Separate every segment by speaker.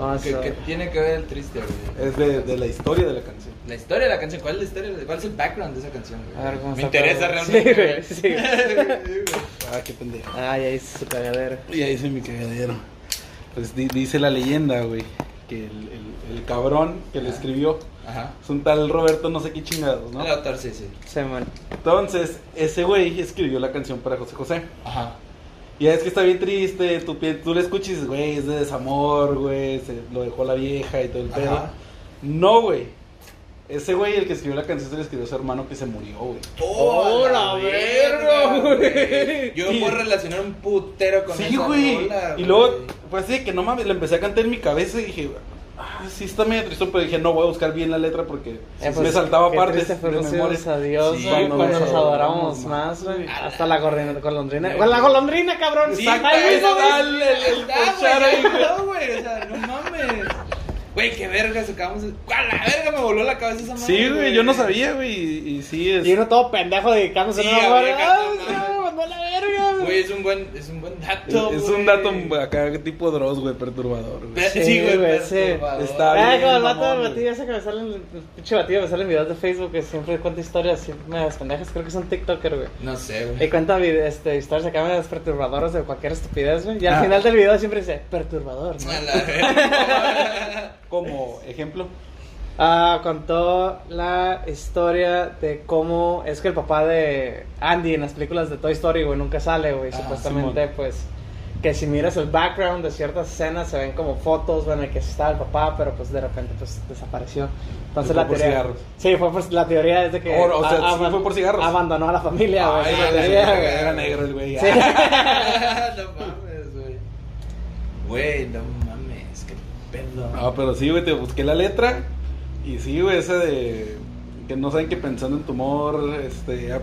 Speaker 1: Ah,
Speaker 2: ¿Qué,
Speaker 1: sí.
Speaker 2: qué tiene que ver el triste, güey?
Speaker 3: Es de, de la historia de la canción.
Speaker 2: La historia de la canción, ¿cuál es la historia? de- ¿Cuál es el background de esa canción, güey?
Speaker 1: A ver, ¿cómo
Speaker 2: Me
Speaker 1: está
Speaker 2: interesa
Speaker 1: todo?
Speaker 2: realmente.
Speaker 1: Sí, güey,
Speaker 2: Sí, güey.
Speaker 3: Ah, qué pendejo.
Speaker 1: Ay, ahí es su cagadera.
Speaker 3: Y ahí se me cagadero. Pues di- dice la leyenda, güey, que el, el- el cabrón que le escribió
Speaker 2: Ajá.
Speaker 3: es un tal Roberto no sé qué chingados, ¿no?
Speaker 2: El autor, sí, sí.
Speaker 1: Se man.
Speaker 3: Entonces, ese güey escribió la canción para José José.
Speaker 2: Ajá.
Speaker 3: Y es que está bien triste, tú, pi- tú le escuchas, y dices, güey, es de desamor, güey, se lo dejó la vieja y todo el pedo.
Speaker 2: Ajá.
Speaker 3: No, güey. Ese güey, el que escribió la canción, se le escribió a su hermano que se murió, güey.
Speaker 1: ¡Oh, la verga, güey!
Speaker 2: Yo
Speaker 3: Y-
Speaker 2: puedo relacionar un putero con
Speaker 3: Sí,
Speaker 2: esa
Speaker 3: güey.
Speaker 2: rola,
Speaker 3: Y luego fue así de que no mames, la empecé a cantar en mi cabeza y dije, ah, sí está medio triste, pero dije, no voy a buscar bien la letra porque
Speaker 1: Eh, pues,
Speaker 3: me saltaba
Speaker 1: qué
Speaker 3: partes
Speaker 1: triste
Speaker 3: de
Speaker 1: fue los
Speaker 3: memoria.
Speaker 1: cielos a Dios,
Speaker 2: Sí,
Speaker 1: güey,
Speaker 2: cuando
Speaker 1: cuando
Speaker 2: nos
Speaker 1: nos adoramos
Speaker 3: adoramos
Speaker 1: más, güey.
Speaker 3: más,
Speaker 1: Hasta la gordi- golondrina. ¡Con la golondrina, cabrón!
Speaker 2: Sí,
Speaker 1: Ahí
Speaker 2: güey,
Speaker 1: mismo, güey.
Speaker 3: dale, el- el
Speaker 2: Ah, güey,
Speaker 3: ponchar ahí, güey.
Speaker 2: no, güey, o sea, no mames. Güey, qué verga sacamos. de- ¡A la verga! Me voló la cabeza esa madre.
Speaker 3: Sí, güey, yo no sabía, güey, y, y sí es.
Speaker 1: Y uno todo pendejo dedicándose
Speaker 2: Sí,
Speaker 1: a una Ah,
Speaker 2: güey,
Speaker 1: gorda.
Speaker 2: acá,
Speaker 1: ¡Ay,
Speaker 2: no,
Speaker 1: no, mandó a la verga,
Speaker 2: Güey, es un buen, es un buen
Speaker 3: es,
Speaker 2: dato.
Speaker 3: es
Speaker 2: güey.
Speaker 3: un dato acá tipo Dross, güey, perturbador, güey.
Speaker 2: Pe- Sí,
Speaker 1: Sí,
Speaker 2: güey,
Speaker 1: güey,
Speaker 2: perturbador.
Speaker 3: sí. Está
Speaker 1: Ah,
Speaker 3: bien,
Speaker 1: como el vato
Speaker 3: mamón,
Speaker 1: del
Speaker 3: güey.
Speaker 1: batillo ese que me sale en el pinche batillo, me salen videos de Facebook que siempre cuenta historias, siempre me las pendejas, creo que son TikToker, güey.
Speaker 2: No sé,
Speaker 1: Y
Speaker 2: güey.
Speaker 1: cuenta vide- este, historias acá de las perturbadoras de cualquier estupidez, güey. Y al
Speaker 3: Ah.
Speaker 1: final del video siempre dice, perturbador, ¿no?
Speaker 2: A la verga.
Speaker 3: Como ejemplo,
Speaker 1: Ah, contó la historia de cómo es que el papá de Andy en las películas de Toy Story, güey, nunca sale, güey.
Speaker 2: Ah,
Speaker 1: supuestamente,
Speaker 3: Simón.
Speaker 1: pues, que si miras el background de ciertas escenas, se ven como fotos, bueno, en el que sí estaba el papá, pero pues de repente, pues, desapareció. Entonces
Speaker 3: Fue
Speaker 1: la
Speaker 3: por
Speaker 1: teoría...
Speaker 3: cigarros.
Speaker 1: Sí, fue por, la teoría es de que...
Speaker 3: O- o sea, sí
Speaker 1: aban-
Speaker 3: fue por cigarros.
Speaker 1: Abandonó a la familia, güey.
Speaker 2: Ay,
Speaker 1: esa
Speaker 2: güey,
Speaker 1: teoría,
Speaker 2: sí,
Speaker 1: güey.
Speaker 3: era negro el güey. Ah,
Speaker 1: Sí.
Speaker 2: no mames, güey. Güey, no mames. Qué pedo.
Speaker 3: Ah, pero sí, güey, te busqué la letra. Y sí, güey, esa de que no saben que pensando en tu amor, este, ha-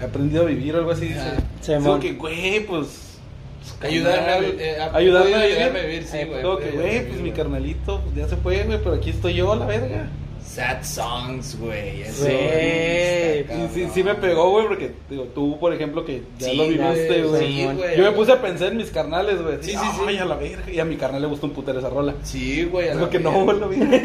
Speaker 3: he aprendido a vivir o algo así.
Speaker 2: Ah,
Speaker 3: Dice.
Speaker 1: sí,
Speaker 3: Digo
Speaker 1: mon.
Speaker 3: que, güey, pues.
Speaker 2: Ayudarme a
Speaker 3: carnal,
Speaker 2: vi- eh, a-
Speaker 3: ayudarme,
Speaker 2: puedo
Speaker 3: a
Speaker 2: ayudarme a
Speaker 3: vivir.
Speaker 2: vivir, sí,
Speaker 3: Ay,
Speaker 2: güey,
Speaker 3: digo
Speaker 2: puedo
Speaker 3: que,
Speaker 2: ayudarme a
Speaker 3: güey, pues
Speaker 2: vivir,
Speaker 3: mi
Speaker 2: güey.
Speaker 3: carnalito pues, ya se fue, güey, pero aquí estoy yo, la verga.
Speaker 2: Sad songs, güey. eso,
Speaker 1: Sí.
Speaker 2: güey, está
Speaker 3: Y sí,
Speaker 2: cabrón.
Speaker 3: sí me pegó, güey, porque digo, tú, por ejemplo, que ya
Speaker 2: Sí,
Speaker 3: lo viviste,
Speaker 2: güey,
Speaker 3: güey.
Speaker 2: sí, güey.
Speaker 3: Yo me puse a pensar en mis carnales, güey.
Speaker 2: Sí,
Speaker 3: Sí,
Speaker 2: sí,
Speaker 3: sí,
Speaker 2: sí.
Speaker 3: a la verga. Y a mi carnal le gustó un putero esa rola.
Speaker 2: Sí, güey. a
Speaker 3: Es
Speaker 2: la
Speaker 3: lo que no,
Speaker 2: verga.
Speaker 3: güey, lo vi.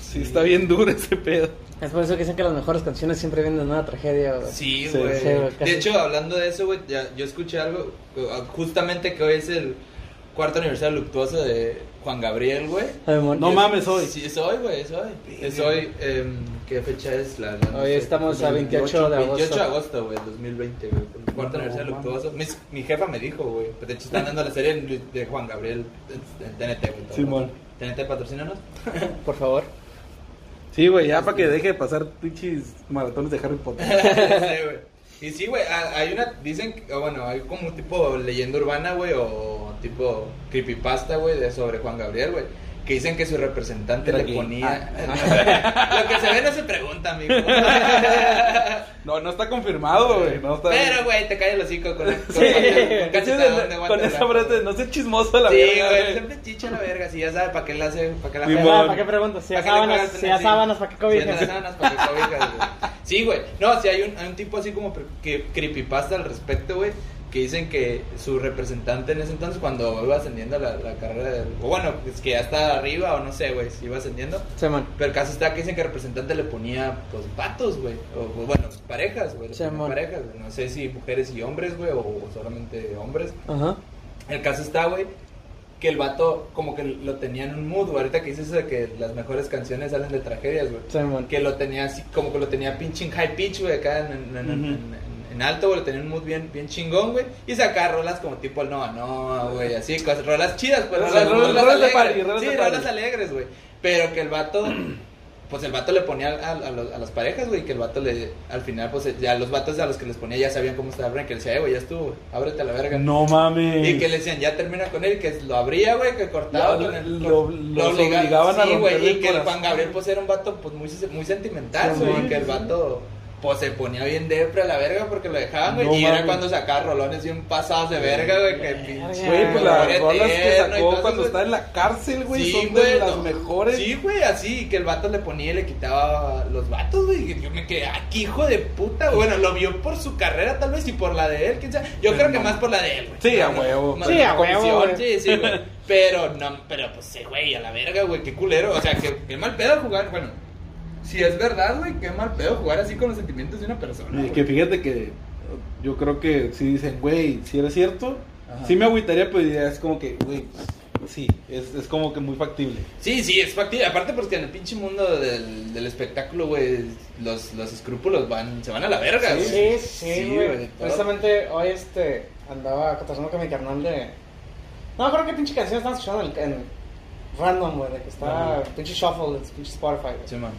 Speaker 3: Sí, está bien duro ese pedo.
Speaker 1: Es por eso que dicen que las mejores canciones siempre vienen de una tragedia, güey.
Speaker 2: Sí,
Speaker 3: Sí,
Speaker 2: güey.
Speaker 1: sí, güey, casi.
Speaker 2: de hecho, hablando de eso, güey, ya- yo escuché algo, eh, justamente que hoy es el cuarto aniversario luctuoso de Juan Gabriel, güey.
Speaker 1: Ay, mon.
Speaker 3: No mames, hoy.
Speaker 2: Sí, es hoy, güey, es hoy. Es hoy, em, ¿qué fecha es la? la- no
Speaker 1: Hoy
Speaker 2: sé.
Speaker 1: estamos a 28 de agosto.
Speaker 2: 28 de agosto, güey, 2020, güey. El cuarto
Speaker 3: No,
Speaker 2: aniversario
Speaker 3: mames.
Speaker 2: luctuoso. Mis- Mi, jefa me dijo, güey. De hecho, están dando la serie en- de Juan Gabriel en en TNT, güey. todo.
Speaker 3: Simón.
Speaker 2: TNT, patrocínanos.
Speaker 1: Por favor.
Speaker 3: Sí, güey, ya para que deje de pasar pinches maratones de Harry Potter.
Speaker 2: Sí, güey. Y sí, güey, a- hay una, dicen, que- o bueno, hay como un tipo leyenda urbana, güey, o tipo creepypasta, güey, de sobre Juan Gabriel, güey. Que dicen que su representante
Speaker 3: Era
Speaker 2: le
Speaker 3: gay.
Speaker 2: ponía...
Speaker 1: Ah.
Speaker 2: Lo que se ve no se pregunta, amigo.
Speaker 3: No, no está confirmado, güey. No está.
Speaker 2: Pero, güey, te cae el hocico con... con,
Speaker 3: Sí,
Speaker 2: con- con-
Speaker 3: sí,
Speaker 2: con-
Speaker 3: de-
Speaker 2: de
Speaker 3: con
Speaker 2: guante
Speaker 3: esa
Speaker 2: blanco.
Speaker 3: frase de no seas chismoso a la
Speaker 2: Sí,
Speaker 3: verga,
Speaker 2: güey, siempre chicha la verga, si ya sabes para qué la hace, para qué la
Speaker 3: Mi
Speaker 2: pega.
Speaker 3: mon.
Speaker 1: Ah, ¿Para qué preguntas? Si ya
Speaker 2: ¿Para qué le
Speaker 1: sábanas,
Speaker 2: pagas
Speaker 1: si
Speaker 2: tener-
Speaker 1: ya
Speaker 2: sí?
Speaker 1: sábanas, ¿para qué
Speaker 2: Si ya
Speaker 1: cobijas?
Speaker 2: sábanas, ¿para qué cobijas, güey? Sí, güey. No, si hay un, hay un tipo así como que creepypasta al respecto, güey. Que dicen que su representante en ese entonces, cuando iba ascendiendo la, la carrera del. O bueno, es que ya está arriba o no sé, güey, si iba ascendiendo.
Speaker 1: Sí, man.
Speaker 2: Pero el caso está que dicen que el representante le ponía, pues, vatos, güey. O, o, bueno, parejas, güey. le
Speaker 1: Sí,
Speaker 2: ponía
Speaker 1: amor.
Speaker 2: Parejas, güey. No sé si mujeres y hombres, güey, o solamente hombres.
Speaker 1: Ajá.
Speaker 2: El caso está, güey, que el vato como que lo tenía en un mood, güey. Ahorita que dices eso de que las mejores canciones salen de tragedias, güey.
Speaker 1: Sí, man.
Speaker 2: Que lo tenía así, como que lo tenía pinche en high pitch, güey, acá en, en- en-
Speaker 3: Ujú.
Speaker 2: en- en- en alto, güey. Lo tenía en un mood bien, bien chingón, güey. Y sacaba rolas como tipo el no, no, güey, así, cosas, rolas chidas, pues.
Speaker 3: Rolas- rolas-
Speaker 2: Rolas, rolas
Speaker 3: rolas de
Speaker 2: alegres.
Speaker 3: party, rolas
Speaker 2: sí,
Speaker 3: de
Speaker 2: rolas
Speaker 3: party.
Speaker 2: alegres, güey. Pero que el vato... Pues el vato le ponía a, a los- a las parejas, güey, que el vato le, al final, pues ya los vatos a los que les ponía ya sabían cómo estaba, que le decía, eh, güey, ya estuvo, güey, ábrete a la verga.
Speaker 3: güey. No mames.
Speaker 2: Y que le decían, ya termina con él, que lo abría, güey, que cortaba
Speaker 3: Lo-
Speaker 2: con el...
Speaker 3: lo- los
Speaker 2: obliga-
Speaker 3: obligaban a
Speaker 2: sí, güey,
Speaker 3: romperle
Speaker 2: y
Speaker 3: el
Speaker 2: que el
Speaker 3: corazón.
Speaker 2: Juan Gabriel, pues, era un vato, pues, muy, muy sentimental,
Speaker 3: Sí,
Speaker 2: güey,
Speaker 3: sí,
Speaker 2: y que el
Speaker 3: sí.
Speaker 2: vato... pues se ponía bien depre a la verga porque lo dejaban, güey.
Speaker 3: No
Speaker 2: y era
Speaker 3: mames.
Speaker 2: cuando sacaba rolones bien pasados de verga, güey. Que pinche.
Speaker 3: Güey, pues las
Speaker 2: color
Speaker 3: rolas que
Speaker 2: eterno y todo
Speaker 3: sacó
Speaker 2: eso,
Speaker 3: cuando
Speaker 2: güey.
Speaker 3: estaba en la cárcel, güey,
Speaker 2: Sí,
Speaker 3: son
Speaker 2: güey,
Speaker 3: de las
Speaker 2: no.
Speaker 3: mejores.
Speaker 2: Sí, güey, así que el vato le ponía y le quitaba los vatos, güey. y Yo me quedé aquí, hijo de puta. güey". Bueno, lo vio por su carrera, tal vez, y por la de él, quién sabe. Yo
Speaker 3: Pero
Speaker 2: creo que
Speaker 3: no.
Speaker 2: más por la de él, güey.
Speaker 3: Sí, a
Speaker 2: No, no,
Speaker 3: huevo.
Speaker 2: más
Speaker 1: Sí,
Speaker 2: por
Speaker 1: a
Speaker 2: la
Speaker 1: huevo,
Speaker 2: comisión,
Speaker 1: güey.
Speaker 2: Sí, sí, güey. Pero, no, pero pues, sí, güey, a la verga, güey, qué culero. O sea, qué, qué mal pedo jugar. Bueno, si es verdad, güey, qué mal pedo jugar así con los sentimientos de una persona.
Speaker 3: Y
Speaker 2: güey.
Speaker 3: que fíjate que yo creo que si dicen, güey, si era cierto,
Speaker 2: Ajá.
Speaker 3: sí me agüitaría, pero diría, es como que, güey, sí, es, es como que muy factible.
Speaker 2: Sí, sí, es factible. Aparte, porque en el pinche mundo del, del espectáculo, güey, los, los escrúpulos van, se van a la verga,
Speaker 1: Sí,
Speaker 2: güey.
Speaker 1: sí, güey.
Speaker 2: todo.
Speaker 1: Precisamente hoy este andaba cotorreando con mi carnal de. No, creo que pinche canción estaba escuchando en, en random, güey, de que estaba pinche shuffle, en pinche Spotify. güey.
Speaker 2: Sí, man.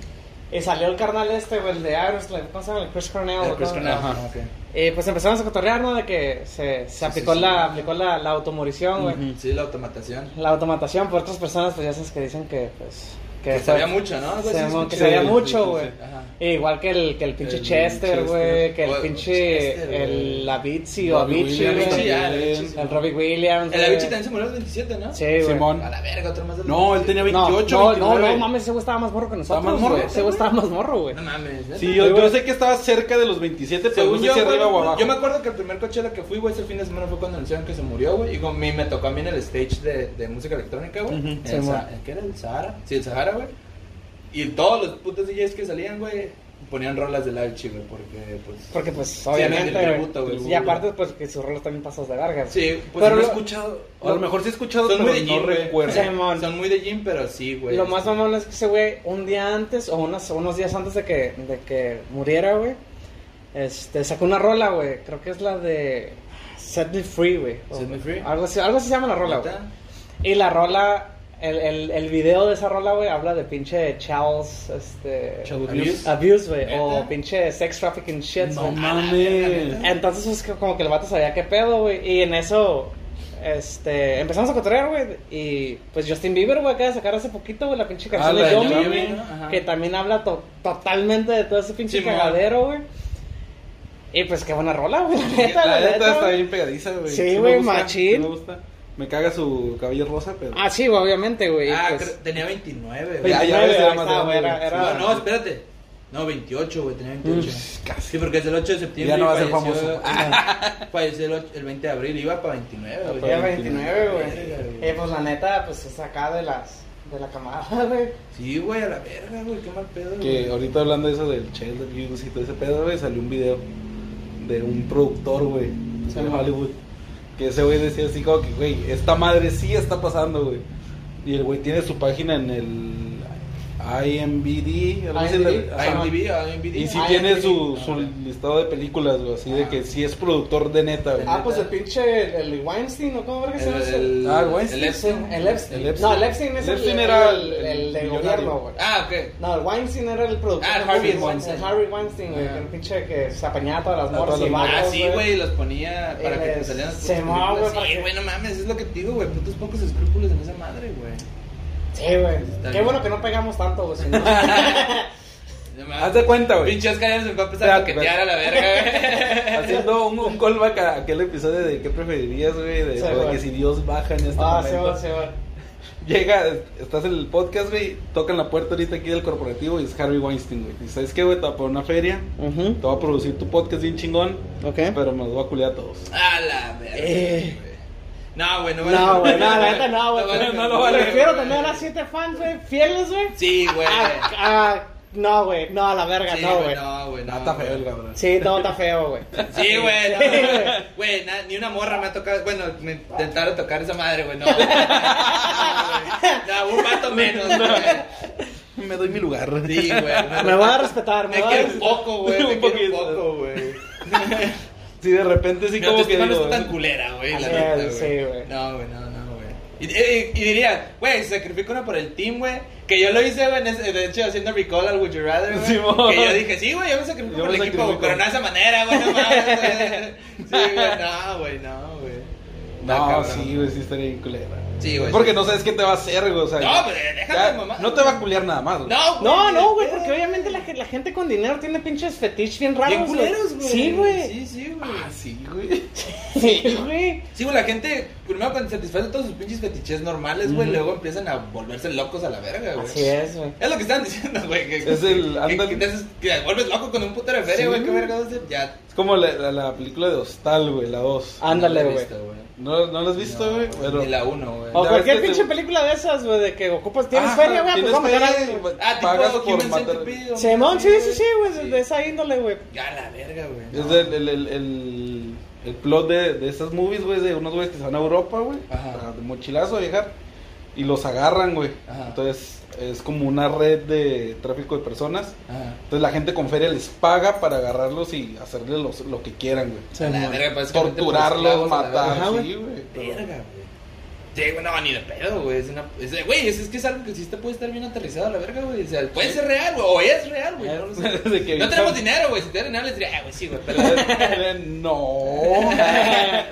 Speaker 2: Y
Speaker 1: Y salió el carnal este, güey, el de Aerosmith, ¿cómo se llama? El Chris Cornell.
Speaker 2: el
Speaker 1: güey,
Speaker 2: Chris
Speaker 1: ¿no?
Speaker 2: Cornell,
Speaker 3: Ajá.
Speaker 2: ajá, ok.
Speaker 1: Y pues empezamos a cotorrear, ¿no? De que se, se
Speaker 2: Sí,
Speaker 1: aplicó,
Speaker 2: sí, sí.
Speaker 1: la, aplicó la, la automorición, güey.
Speaker 3: Ujú.
Speaker 2: Sí, la automatación.
Speaker 1: La automatación por otras personas, pues ya sabes que dicen que, pues.
Speaker 2: Que, sabía mucho, ¿no? Algo
Speaker 1: se-
Speaker 2: así
Speaker 1: que
Speaker 2: escuché.
Speaker 1: sabía
Speaker 3: Sí, sí,
Speaker 1: mucho,
Speaker 3: sí,
Speaker 1: güey.
Speaker 3: sí.
Speaker 2: Ajá.
Speaker 1: Eh, Igual que el, que el pinche
Speaker 3: El
Speaker 1: Chester,
Speaker 3: Chester.
Speaker 1: güey. Que el
Speaker 2: O-
Speaker 1: pinche.
Speaker 2: Pues, Chester,
Speaker 1: el
Speaker 2: güey.
Speaker 1: Lavici o
Speaker 3: Robbie
Speaker 1: Avicii,
Speaker 2: Williams,
Speaker 1: güey.
Speaker 2: sí, ya,
Speaker 1: El Robbie Williams.
Speaker 2: El
Speaker 1: güey.
Speaker 2: Avicii también se murió a los 27, ¿no?
Speaker 1: Sí, güey.
Speaker 3: Simón.
Speaker 2: A la verga, otro más de los
Speaker 3: No, él
Speaker 2: 27.
Speaker 3: tenía
Speaker 1: No,
Speaker 3: 28,
Speaker 1: no, no,
Speaker 3: 29.
Speaker 1: no, mames, ese güey estaba más morro que nosotros.
Speaker 3: más morro,
Speaker 1: güey. Ese güey estaba más morro, güey.
Speaker 2: No mames. ¿neta?
Speaker 3: Sí, yo, yo sé que estaba cerca de los 27, pero
Speaker 2: Según
Speaker 3: no sé
Speaker 2: yo,
Speaker 3: si arriba o
Speaker 2: güey,
Speaker 3: abajo.
Speaker 2: yo me acuerdo que el primer Coachella que fui, güey, ese fin de semana fue cuando anunciaron que se murió, güey. Y con mí me tocó a mí en el stage de, de música electrónica, güey.
Speaker 3: Ujú,
Speaker 2: En
Speaker 1: sí,
Speaker 2: el Sa-
Speaker 1: mo-
Speaker 2: ¿el ¿Qué era? ¿El Sahara? Sí, el Sahara, güey. Y todos los putos DJs que salían, güey, ponían rolas del Avicii, güey, porque, pues...
Speaker 1: Porque, pues,
Speaker 2: era
Speaker 1: obviamente.
Speaker 2: el
Speaker 1: güey.
Speaker 2: tributo, güey,
Speaker 1: y
Speaker 2: seguro.
Speaker 1: aparte, pues, que sus roles también pasos de verga. güey.
Speaker 2: Sí, pues
Speaker 1: Pero
Speaker 2: no
Speaker 1: lo-
Speaker 2: escuché.
Speaker 3: a lo mejor sí he escuchado,
Speaker 2: Son
Speaker 3: pero
Speaker 2: muy de
Speaker 3: no
Speaker 2: gym, güey.
Speaker 3: recuerdo.
Speaker 1: Sí, mon.
Speaker 2: Son muy de gym, pero sí, güey.
Speaker 1: Lo más mamón es que ese güey, un día antes o unas, unos días antes de que, de que muriera, güey, este, sacó una rola, güey. Creo que es la de Set Me Free, güey. o-
Speaker 2: Set Me Free.
Speaker 1: Algo así, algo así se llama la rola, güey.
Speaker 2: ¿Neta?
Speaker 1: Y la rola, el, el, el video de esa rola, güey, habla de pinche Charles, este...
Speaker 3: Child
Speaker 2: abuse.
Speaker 1: Abuse, güey. O
Speaker 2: ¿Neta?
Speaker 1: pinche sex trafficking shit,
Speaker 3: No
Speaker 2: Ah,
Speaker 1: güey.
Speaker 3: mames.
Speaker 1: Entonces, pues, que- como que el vato sabía qué pedo, güey. Y en eso, este, empezamos a cotorrear, güey. Y pues Justin Bieber, güey, acaba de sacar hace poquito, güey, la pinche canción
Speaker 3: Ah, la
Speaker 1: de
Speaker 3: de
Speaker 1: Yomi,
Speaker 3: Yomi,
Speaker 1: güey,
Speaker 2: ¿no? Ajá.
Speaker 1: Que también habla to- totalmente de todo ese pinche
Speaker 2: Simón.
Speaker 1: cagadero, güey. Y pues qué buena rola, güey. La neta,
Speaker 3: La
Speaker 1: la
Speaker 3: neta está
Speaker 1: neta. güey.
Speaker 3: bien pegadiza, güey.
Speaker 1: Sí,
Speaker 3: me
Speaker 1: güey,
Speaker 3: gusta,
Speaker 1: machín.
Speaker 3: sí Me gusta. Me caga su cabello rosa, pero.
Speaker 1: Ah, sí, güey, obviamente, güey.
Speaker 2: Ah,
Speaker 1: pues,
Speaker 2: creo- tenía 29, güey.
Speaker 3: ya, ya
Speaker 1: 29,
Speaker 3: ves, era
Speaker 1: ahí
Speaker 3: más
Speaker 1: está,
Speaker 3: grande,
Speaker 1: güey, era-
Speaker 3: güey.
Speaker 1: era-
Speaker 2: No, no, espérate. No, 28, güey, tenía 28.
Speaker 3: casi.
Speaker 2: Sí, porque es el 8 de septiembre.
Speaker 3: Ya no
Speaker 2: y
Speaker 3: va a ser
Speaker 2: falleció-
Speaker 3: famoso. Ah.
Speaker 2: Falleció el, ocho- el 20 de abril, iba para 29,
Speaker 1: Ya
Speaker 2: güey.
Speaker 3: para
Speaker 1: 29, Pues güey.
Speaker 2: Verga, güey.
Speaker 1: Eh, pues la neta, pues es acá de las de la camada, güey.
Speaker 2: Sí, güey, a la verga, güey, qué mal pedo.
Speaker 3: Que
Speaker 2: güey.
Speaker 3: ahorita hablando de eso del Child Abuse y todo ese pedo, güey, salió un video de un productor, güey,
Speaker 1: Sí,
Speaker 3: en
Speaker 1: mo.
Speaker 3: Hollywood. Que ese güey decía así como que, güey, esta madre sí está pasando, güey. Y el güey tiene su página en el IMBD. algo así,
Speaker 1: IMDb,
Speaker 2: Ah,
Speaker 3: ajá.
Speaker 2: IMDb, o IMDb.
Speaker 3: Y sí
Speaker 1: IMDb.
Speaker 3: tiene su, su
Speaker 2: Ajá.
Speaker 3: listado de películas, güey, así de
Speaker 2: Ajá.
Speaker 3: que sí es productor de neta, güey.
Speaker 1: Ah, pues el pinche el, el Weinstein, ¿no? ¿Cómo verga se llama? ese?
Speaker 2: El,
Speaker 3: Ah, güey, sí.
Speaker 2: el Epstein.
Speaker 1: El Epstein.
Speaker 3: El Epstein.
Speaker 1: No, el Epstein es
Speaker 3: El
Speaker 1: el,
Speaker 3: Epstein
Speaker 1: era
Speaker 3: era
Speaker 1: el, el,
Speaker 3: el
Speaker 1: de
Speaker 3: millonario.
Speaker 1: gobierno, güey.
Speaker 2: Ah, ok.
Speaker 1: No, el Weinstein era el productor.
Speaker 2: Ah, el
Speaker 1: de
Speaker 2: Harvey
Speaker 1: movies,
Speaker 2: Weinstein.
Speaker 1: El Harvey Weinstein, güey.
Speaker 2: Ah.
Speaker 1: que El pinche que se apañaba todas las
Speaker 3: A
Speaker 1: morras
Speaker 3: todas
Speaker 1: y
Speaker 3: las morras.
Speaker 2: Ah,
Speaker 1: vatos,
Speaker 2: sí, güey, los ponía para que
Speaker 1: Eh,
Speaker 2: te salieran las
Speaker 1: se
Speaker 2: putas
Speaker 1: mo-
Speaker 2: películas.
Speaker 1: güey,
Speaker 2: Sí,
Speaker 1: para
Speaker 2: güey,
Speaker 1: que-
Speaker 2: no mames, es lo que te digo, güey. Putos pocos escrúpulos en esa madre, güey.
Speaker 1: Sí, güey.
Speaker 2: Está
Speaker 1: Qué
Speaker 2: bien.
Speaker 1: bueno que no pegamos tanto, güey. si no- Ah,
Speaker 2: No mames.
Speaker 3: Haz de cuenta, güey.
Speaker 2: Pinche Oscar ya se va a empezar a
Speaker 3: Espérate,
Speaker 2: toquetear a la verga, güey.
Speaker 3: Haciendo un, un callback a aquel episodio de ¿Qué preferirías, güey? De,
Speaker 1: Sí,
Speaker 3: o de
Speaker 1: güey.
Speaker 3: que si Dios baja en este
Speaker 1: Ah, se
Speaker 3: momento.
Speaker 1: va, se va.
Speaker 3: Llega, estás en el podcast, güey, tocan la puerta ahorita aquí del corporativo y es Harvey Weinstein, güey. Y sabes qué, güey, te voy a poner una feria, te voy a producir tu podcast bien chingón,
Speaker 1: Ok.
Speaker 3: pero me los voy a culiar a todos.
Speaker 2: A la verga.
Speaker 1: Eh.
Speaker 2: güey. No, güey, no vale.
Speaker 1: No, güey, no, la neta no, güey.
Speaker 2: vale-
Speaker 3: No lo vale.
Speaker 1: Prefiero tener a siete fans, güey, fieles, güey.
Speaker 2: Sí, güey.
Speaker 1: Ah, ah, no, güey, no, a la verga,
Speaker 2: Sí,
Speaker 1: no, güey.
Speaker 2: No, güey, no.
Speaker 3: Ah, está feo el
Speaker 2: güey.
Speaker 3: cabrón.
Speaker 1: Sí, todo está feo, güey.
Speaker 2: Sí, güey, no,
Speaker 1: Sí,
Speaker 2: güey. Güey, na- ni una morra me ha tocado. Bueno, me intentaron tocar esa madre, güey, no. No, güey. No, un pato menos, güey.
Speaker 3: Me doy mi lugar.
Speaker 2: Sí, güey. no.
Speaker 1: Me va a respetar, me
Speaker 2: Me
Speaker 1: va a
Speaker 2: quiero un
Speaker 1: respetar.
Speaker 2: poco, güey.
Speaker 3: Un
Speaker 2: Me quiero un
Speaker 3: poquito.
Speaker 2: poco, güey.
Speaker 3: Sí, de repente sí
Speaker 2: Mi
Speaker 3: como que
Speaker 2: autoestima no
Speaker 3: digo,
Speaker 2: está tan culera, güey. La
Speaker 1: Así
Speaker 2: neta,
Speaker 1: es, sí, güey.
Speaker 2: No, güey, no, no, güey. Y, eh, y- y diría, güey, se sacrifica uno por el team, güey. Que yo lo hice, güey, en ese- de hecho, haciendo recall al Would You Rather, güey.
Speaker 3: Simón.
Speaker 2: que yo dije, sí, güey, yo me sacrifico
Speaker 3: Yo
Speaker 2: por el
Speaker 3: me
Speaker 2: equipo,
Speaker 3: sacrifico.
Speaker 2: pero no de esa manera, güey, no mames, güey. Sí, güey, no, güey, no, güey.
Speaker 3: No,
Speaker 2: Ah, cabrón.
Speaker 3: sí, güey, sí estaría bien culera.
Speaker 2: Sí, güey.
Speaker 3: Porque no sabes qué te va a hacer, güey. O sea,
Speaker 2: No,
Speaker 3: ya-
Speaker 2: pero déjate,
Speaker 3: ya
Speaker 2: mamá.
Speaker 3: No te va a culiar nada más, güey.
Speaker 2: No,
Speaker 1: No, no, güey,
Speaker 2: eh,
Speaker 1: porque obviamente la, ge- la gente con dinero tiene pinches fetiches bien
Speaker 2: Bien
Speaker 1: raros.
Speaker 2: culeros, güey.
Speaker 1: Sí, güey.
Speaker 2: Sí, sí, güey.
Speaker 3: Ah, sí, güey.
Speaker 1: Sí, güey.
Speaker 2: Sí, güey, la gente primero cuando satisface todos sus pinches fetiches normales, güey, luego empiezan a volverse locos a la verga, güey.
Speaker 1: Así es, güey.
Speaker 2: Es lo que estaban diciendo, güey. Que,
Speaker 3: Es el-
Speaker 2: que-
Speaker 3: ándale.
Speaker 2: que te haces- que te vuelves loco con un putero de feria,
Speaker 3: Sí,
Speaker 2: güey. ¿Qué
Speaker 3: güey.
Speaker 2: verga vas a hacer? Ya.
Speaker 3: Es como la, la- la película de Hostal, güey, la 2.
Speaker 1: Ándale,
Speaker 2: No lo he
Speaker 1: güey.
Speaker 2: visto,
Speaker 3: ¿No, ¿No la has visto,
Speaker 2: Ah. No,
Speaker 3: güey? Pero-
Speaker 2: Ni la uno, güey.
Speaker 1: O
Speaker 3: Ya
Speaker 1: cualquier
Speaker 3: ves que
Speaker 1: pinche
Speaker 3: te-
Speaker 1: película de esas, güey, de que ocupas, tienes
Speaker 3: Ajá,
Speaker 1: feria, güey, pues
Speaker 3: Ah, tienes
Speaker 1: vamos a ganar.
Speaker 3: feria y,
Speaker 1: güey.
Speaker 3: pues,
Speaker 2: Ah, tipo
Speaker 3: pagas
Speaker 2: Human
Speaker 3: por matar.
Speaker 2: Centipede, güey.
Speaker 1: Simón, sí, sí, sí, güey, de-
Speaker 3: Sí.
Speaker 1: de esa índole, güey.
Speaker 2: Ya la verga, güey.
Speaker 3: Es
Speaker 2: No.
Speaker 3: el, el, el, el, el plot de, de esas movies, güey, de unos güeyes que se van a Europa, güey,
Speaker 2: Ajá.
Speaker 3: para de mochilazo a viajar, y los agarran, güey.
Speaker 2: Ajá.
Speaker 3: Entonces es como una red de tráfico de personas.
Speaker 2: Ajá.
Speaker 3: Entonces la gente con feria les paga para agarrarlos y hacerles los- lo que quieran, güey.
Speaker 2: La verga, pues,
Speaker 3: Torturarlos,
Speaker 2: esclavos a la
Speaker 3: matar,
Speaker 1: Ajá, güey.
Speaker 3: sí, güey. pero-
Speaker 2: Verga, güey. Sí, güey, no, ni de pedo, güey. Es una. es de- Güey, es, es que es algo que sí está, puede estar bien aterrizado a la verga, güey. O sea, puede ser real, güey. O es real, güey. No, lo sé.
Speaker 3: De que-
Speaker 2: No tenemos dinero, güey. Si te dinero, les diría, ah, güey, sí, güey. pero-
Speaker 3: no,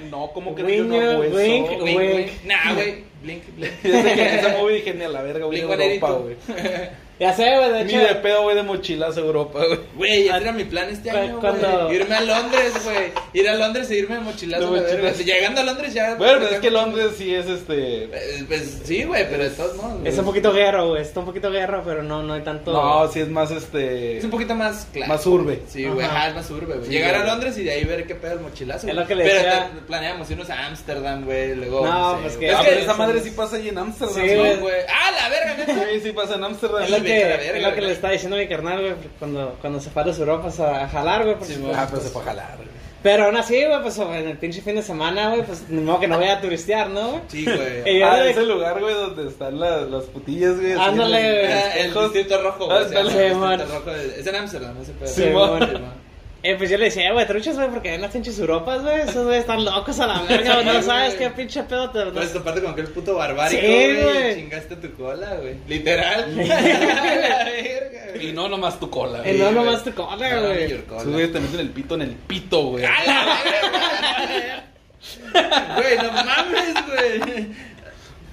Speaker 3: no, ¿cómo crees que yo no hago
Speaker 1: Wink,
Speaker 3: eso? güey?
Speaker 1: wink,
Speaker 2: Wink,
Speaker 1: Wink.
Speaker 2: wink. Nah, güey. Blink, blink.
Speaker 3: Desde que esa movie dije, ni a la verga, voy a
Speaker 2: Blink
Speaker 3: Europa,
Speaker 2: 182.
Speaker 3: güey.
Speaker 1: Ya sé, güey, de
Speaker 3: Ni
Speaker 1: hecho.
Speaker 3: de pedo voy de mochilazo a Europa, güey.
Speaker 2: Güey, ese era mi plan este
Speaker 1: cu-
Speaker 2: año,
Speaker 1: cuando-
Speaker 2: güey. Irme a Londres, güey. Ir a Londres e irme de mochilazo.
Speaker 3: De
Speaker 2: güey,
Speaker 3: mochilazo.
Speaker 2: güey. Llegando a Londres ya.
Speaker 3: Bueno, pero es que Londres sí es este.
Speaker 2: Eh, Pues sí, güey, pero de todos modos. güey.
Speaker 1: Es un poquito guerro, güey. Está un poquito guerro, pero no, no hay tanto.
Speaker 3: No, sí es más este.
Speaker 2: Es un poquito más claro.
Speaker 3: Más urbe.
Speaker 2: Sí, güey,
Speaker 1: Ajá.
Speaker 2: ajá, es más urbe, güey.
Speaker 3: Sí,
Speaker 2: Llegar a
Speaker 3: güey.
Speaker 2: Londres y de ahí ver qué pedo el mochilazo.
Speaker 1: Es
Speaker 2: güey.
Speaker 1: lo que le
Speaker 2: Pero
Speaker 1: decía-
Speaker 2: te- planeamos irnos a Ámsterdam, güey, luego.
Speaker 1: No,
Speaker 2: sé,
Speaker 1: pues que-
Speaker 2: güey. Es
Speaker 3: Ah,
Speaker 1: Ah,
Speaker 3: pero
Speaker 2: que
Speaker 3: esa madre sí pasa ahí en Ámsterdam.
Speaker 1: Sí,
Speaker 2: Sí,
Speaker 3: güey.
Speaker 2: güey. ¡Ah, la verga, neta!
Speaker 3: Sí, sí pasa en Ámsterdam.
Speaker 1: Es lo
Speaker 2: vete a
Speaker 1: que,
Speaker 2: la verga,
Speaker 1: es lo que
Speaker 2: güey.
Speaker 1: le estaba diciendo mi carnal, güey, cuando, cuando se fue a las Europas a jalar, güey. por
Speaker 2: Sí, pues,
Speaker 1: supuesto.
Speaker 3: Ah, pero se fue a jalar. güey.
Speaker 1: Pero aún así, güey, pues en el pinche fin de semana, güey, pues ni modo que no vaya a turistear, ¿no, güey?
Speaker 2: Sí, güey.
Speaker 1: Ey,
Speaker 3: Ah,
Speaker 1: de-
Speaker 3: ese lugar, güey, donde están las, las putillas, güey. así,
Speaker 1: Ándale,
Speaker 3: los-
Speaker 1: güey.
Speaker 2: Era
Speaker 3: los
Speaker 2: El
Speaker 3: espejos.
Speaker 2: distrito rojo,
Speaker 3: Ah,
Speaker 2: güey. se llama
Speaker 1: dale.
Speaker 2: el
Speaker 1: Simón.
Speaker 2: distrito rojo. Es en Ámsterdam, ese pedo.
Speaker 1: Simón.
Speaker 2: Simón.
Speaker 1: Eh, pues yo le decía, "Eh, güey, truchas, güey, porque en las pinches Europas, güey, esos güeyes están locos a la verga, güey, no
Speaker 2: güey.
Speaker 1: sabes qué pinche pedo te...
Speaker 2: Puedes toparte con aquel puto barbárico,
Speaker 1: Sí,
Speaker 2: güey.
Speaker 1: güey.
Speaker 2: y Chingaste tu cola, güey. Literal. La verga, güey.
Speaker 3: Y no nomás tu cola,
Speaker 1: Eh,
Speaker 3: güey.
Speaker 1: no
Speaker 2: Sí,
Speaker 1: nomás
Speaker 2: güey.
Speaker 1: tu cola, güey.
Speaker 2: No, your cola.
Speaker 3: Sí, güey, te meten el pito en el pito, güey.
Speaker 2: ¡A la verga! Güey, no mames, güey.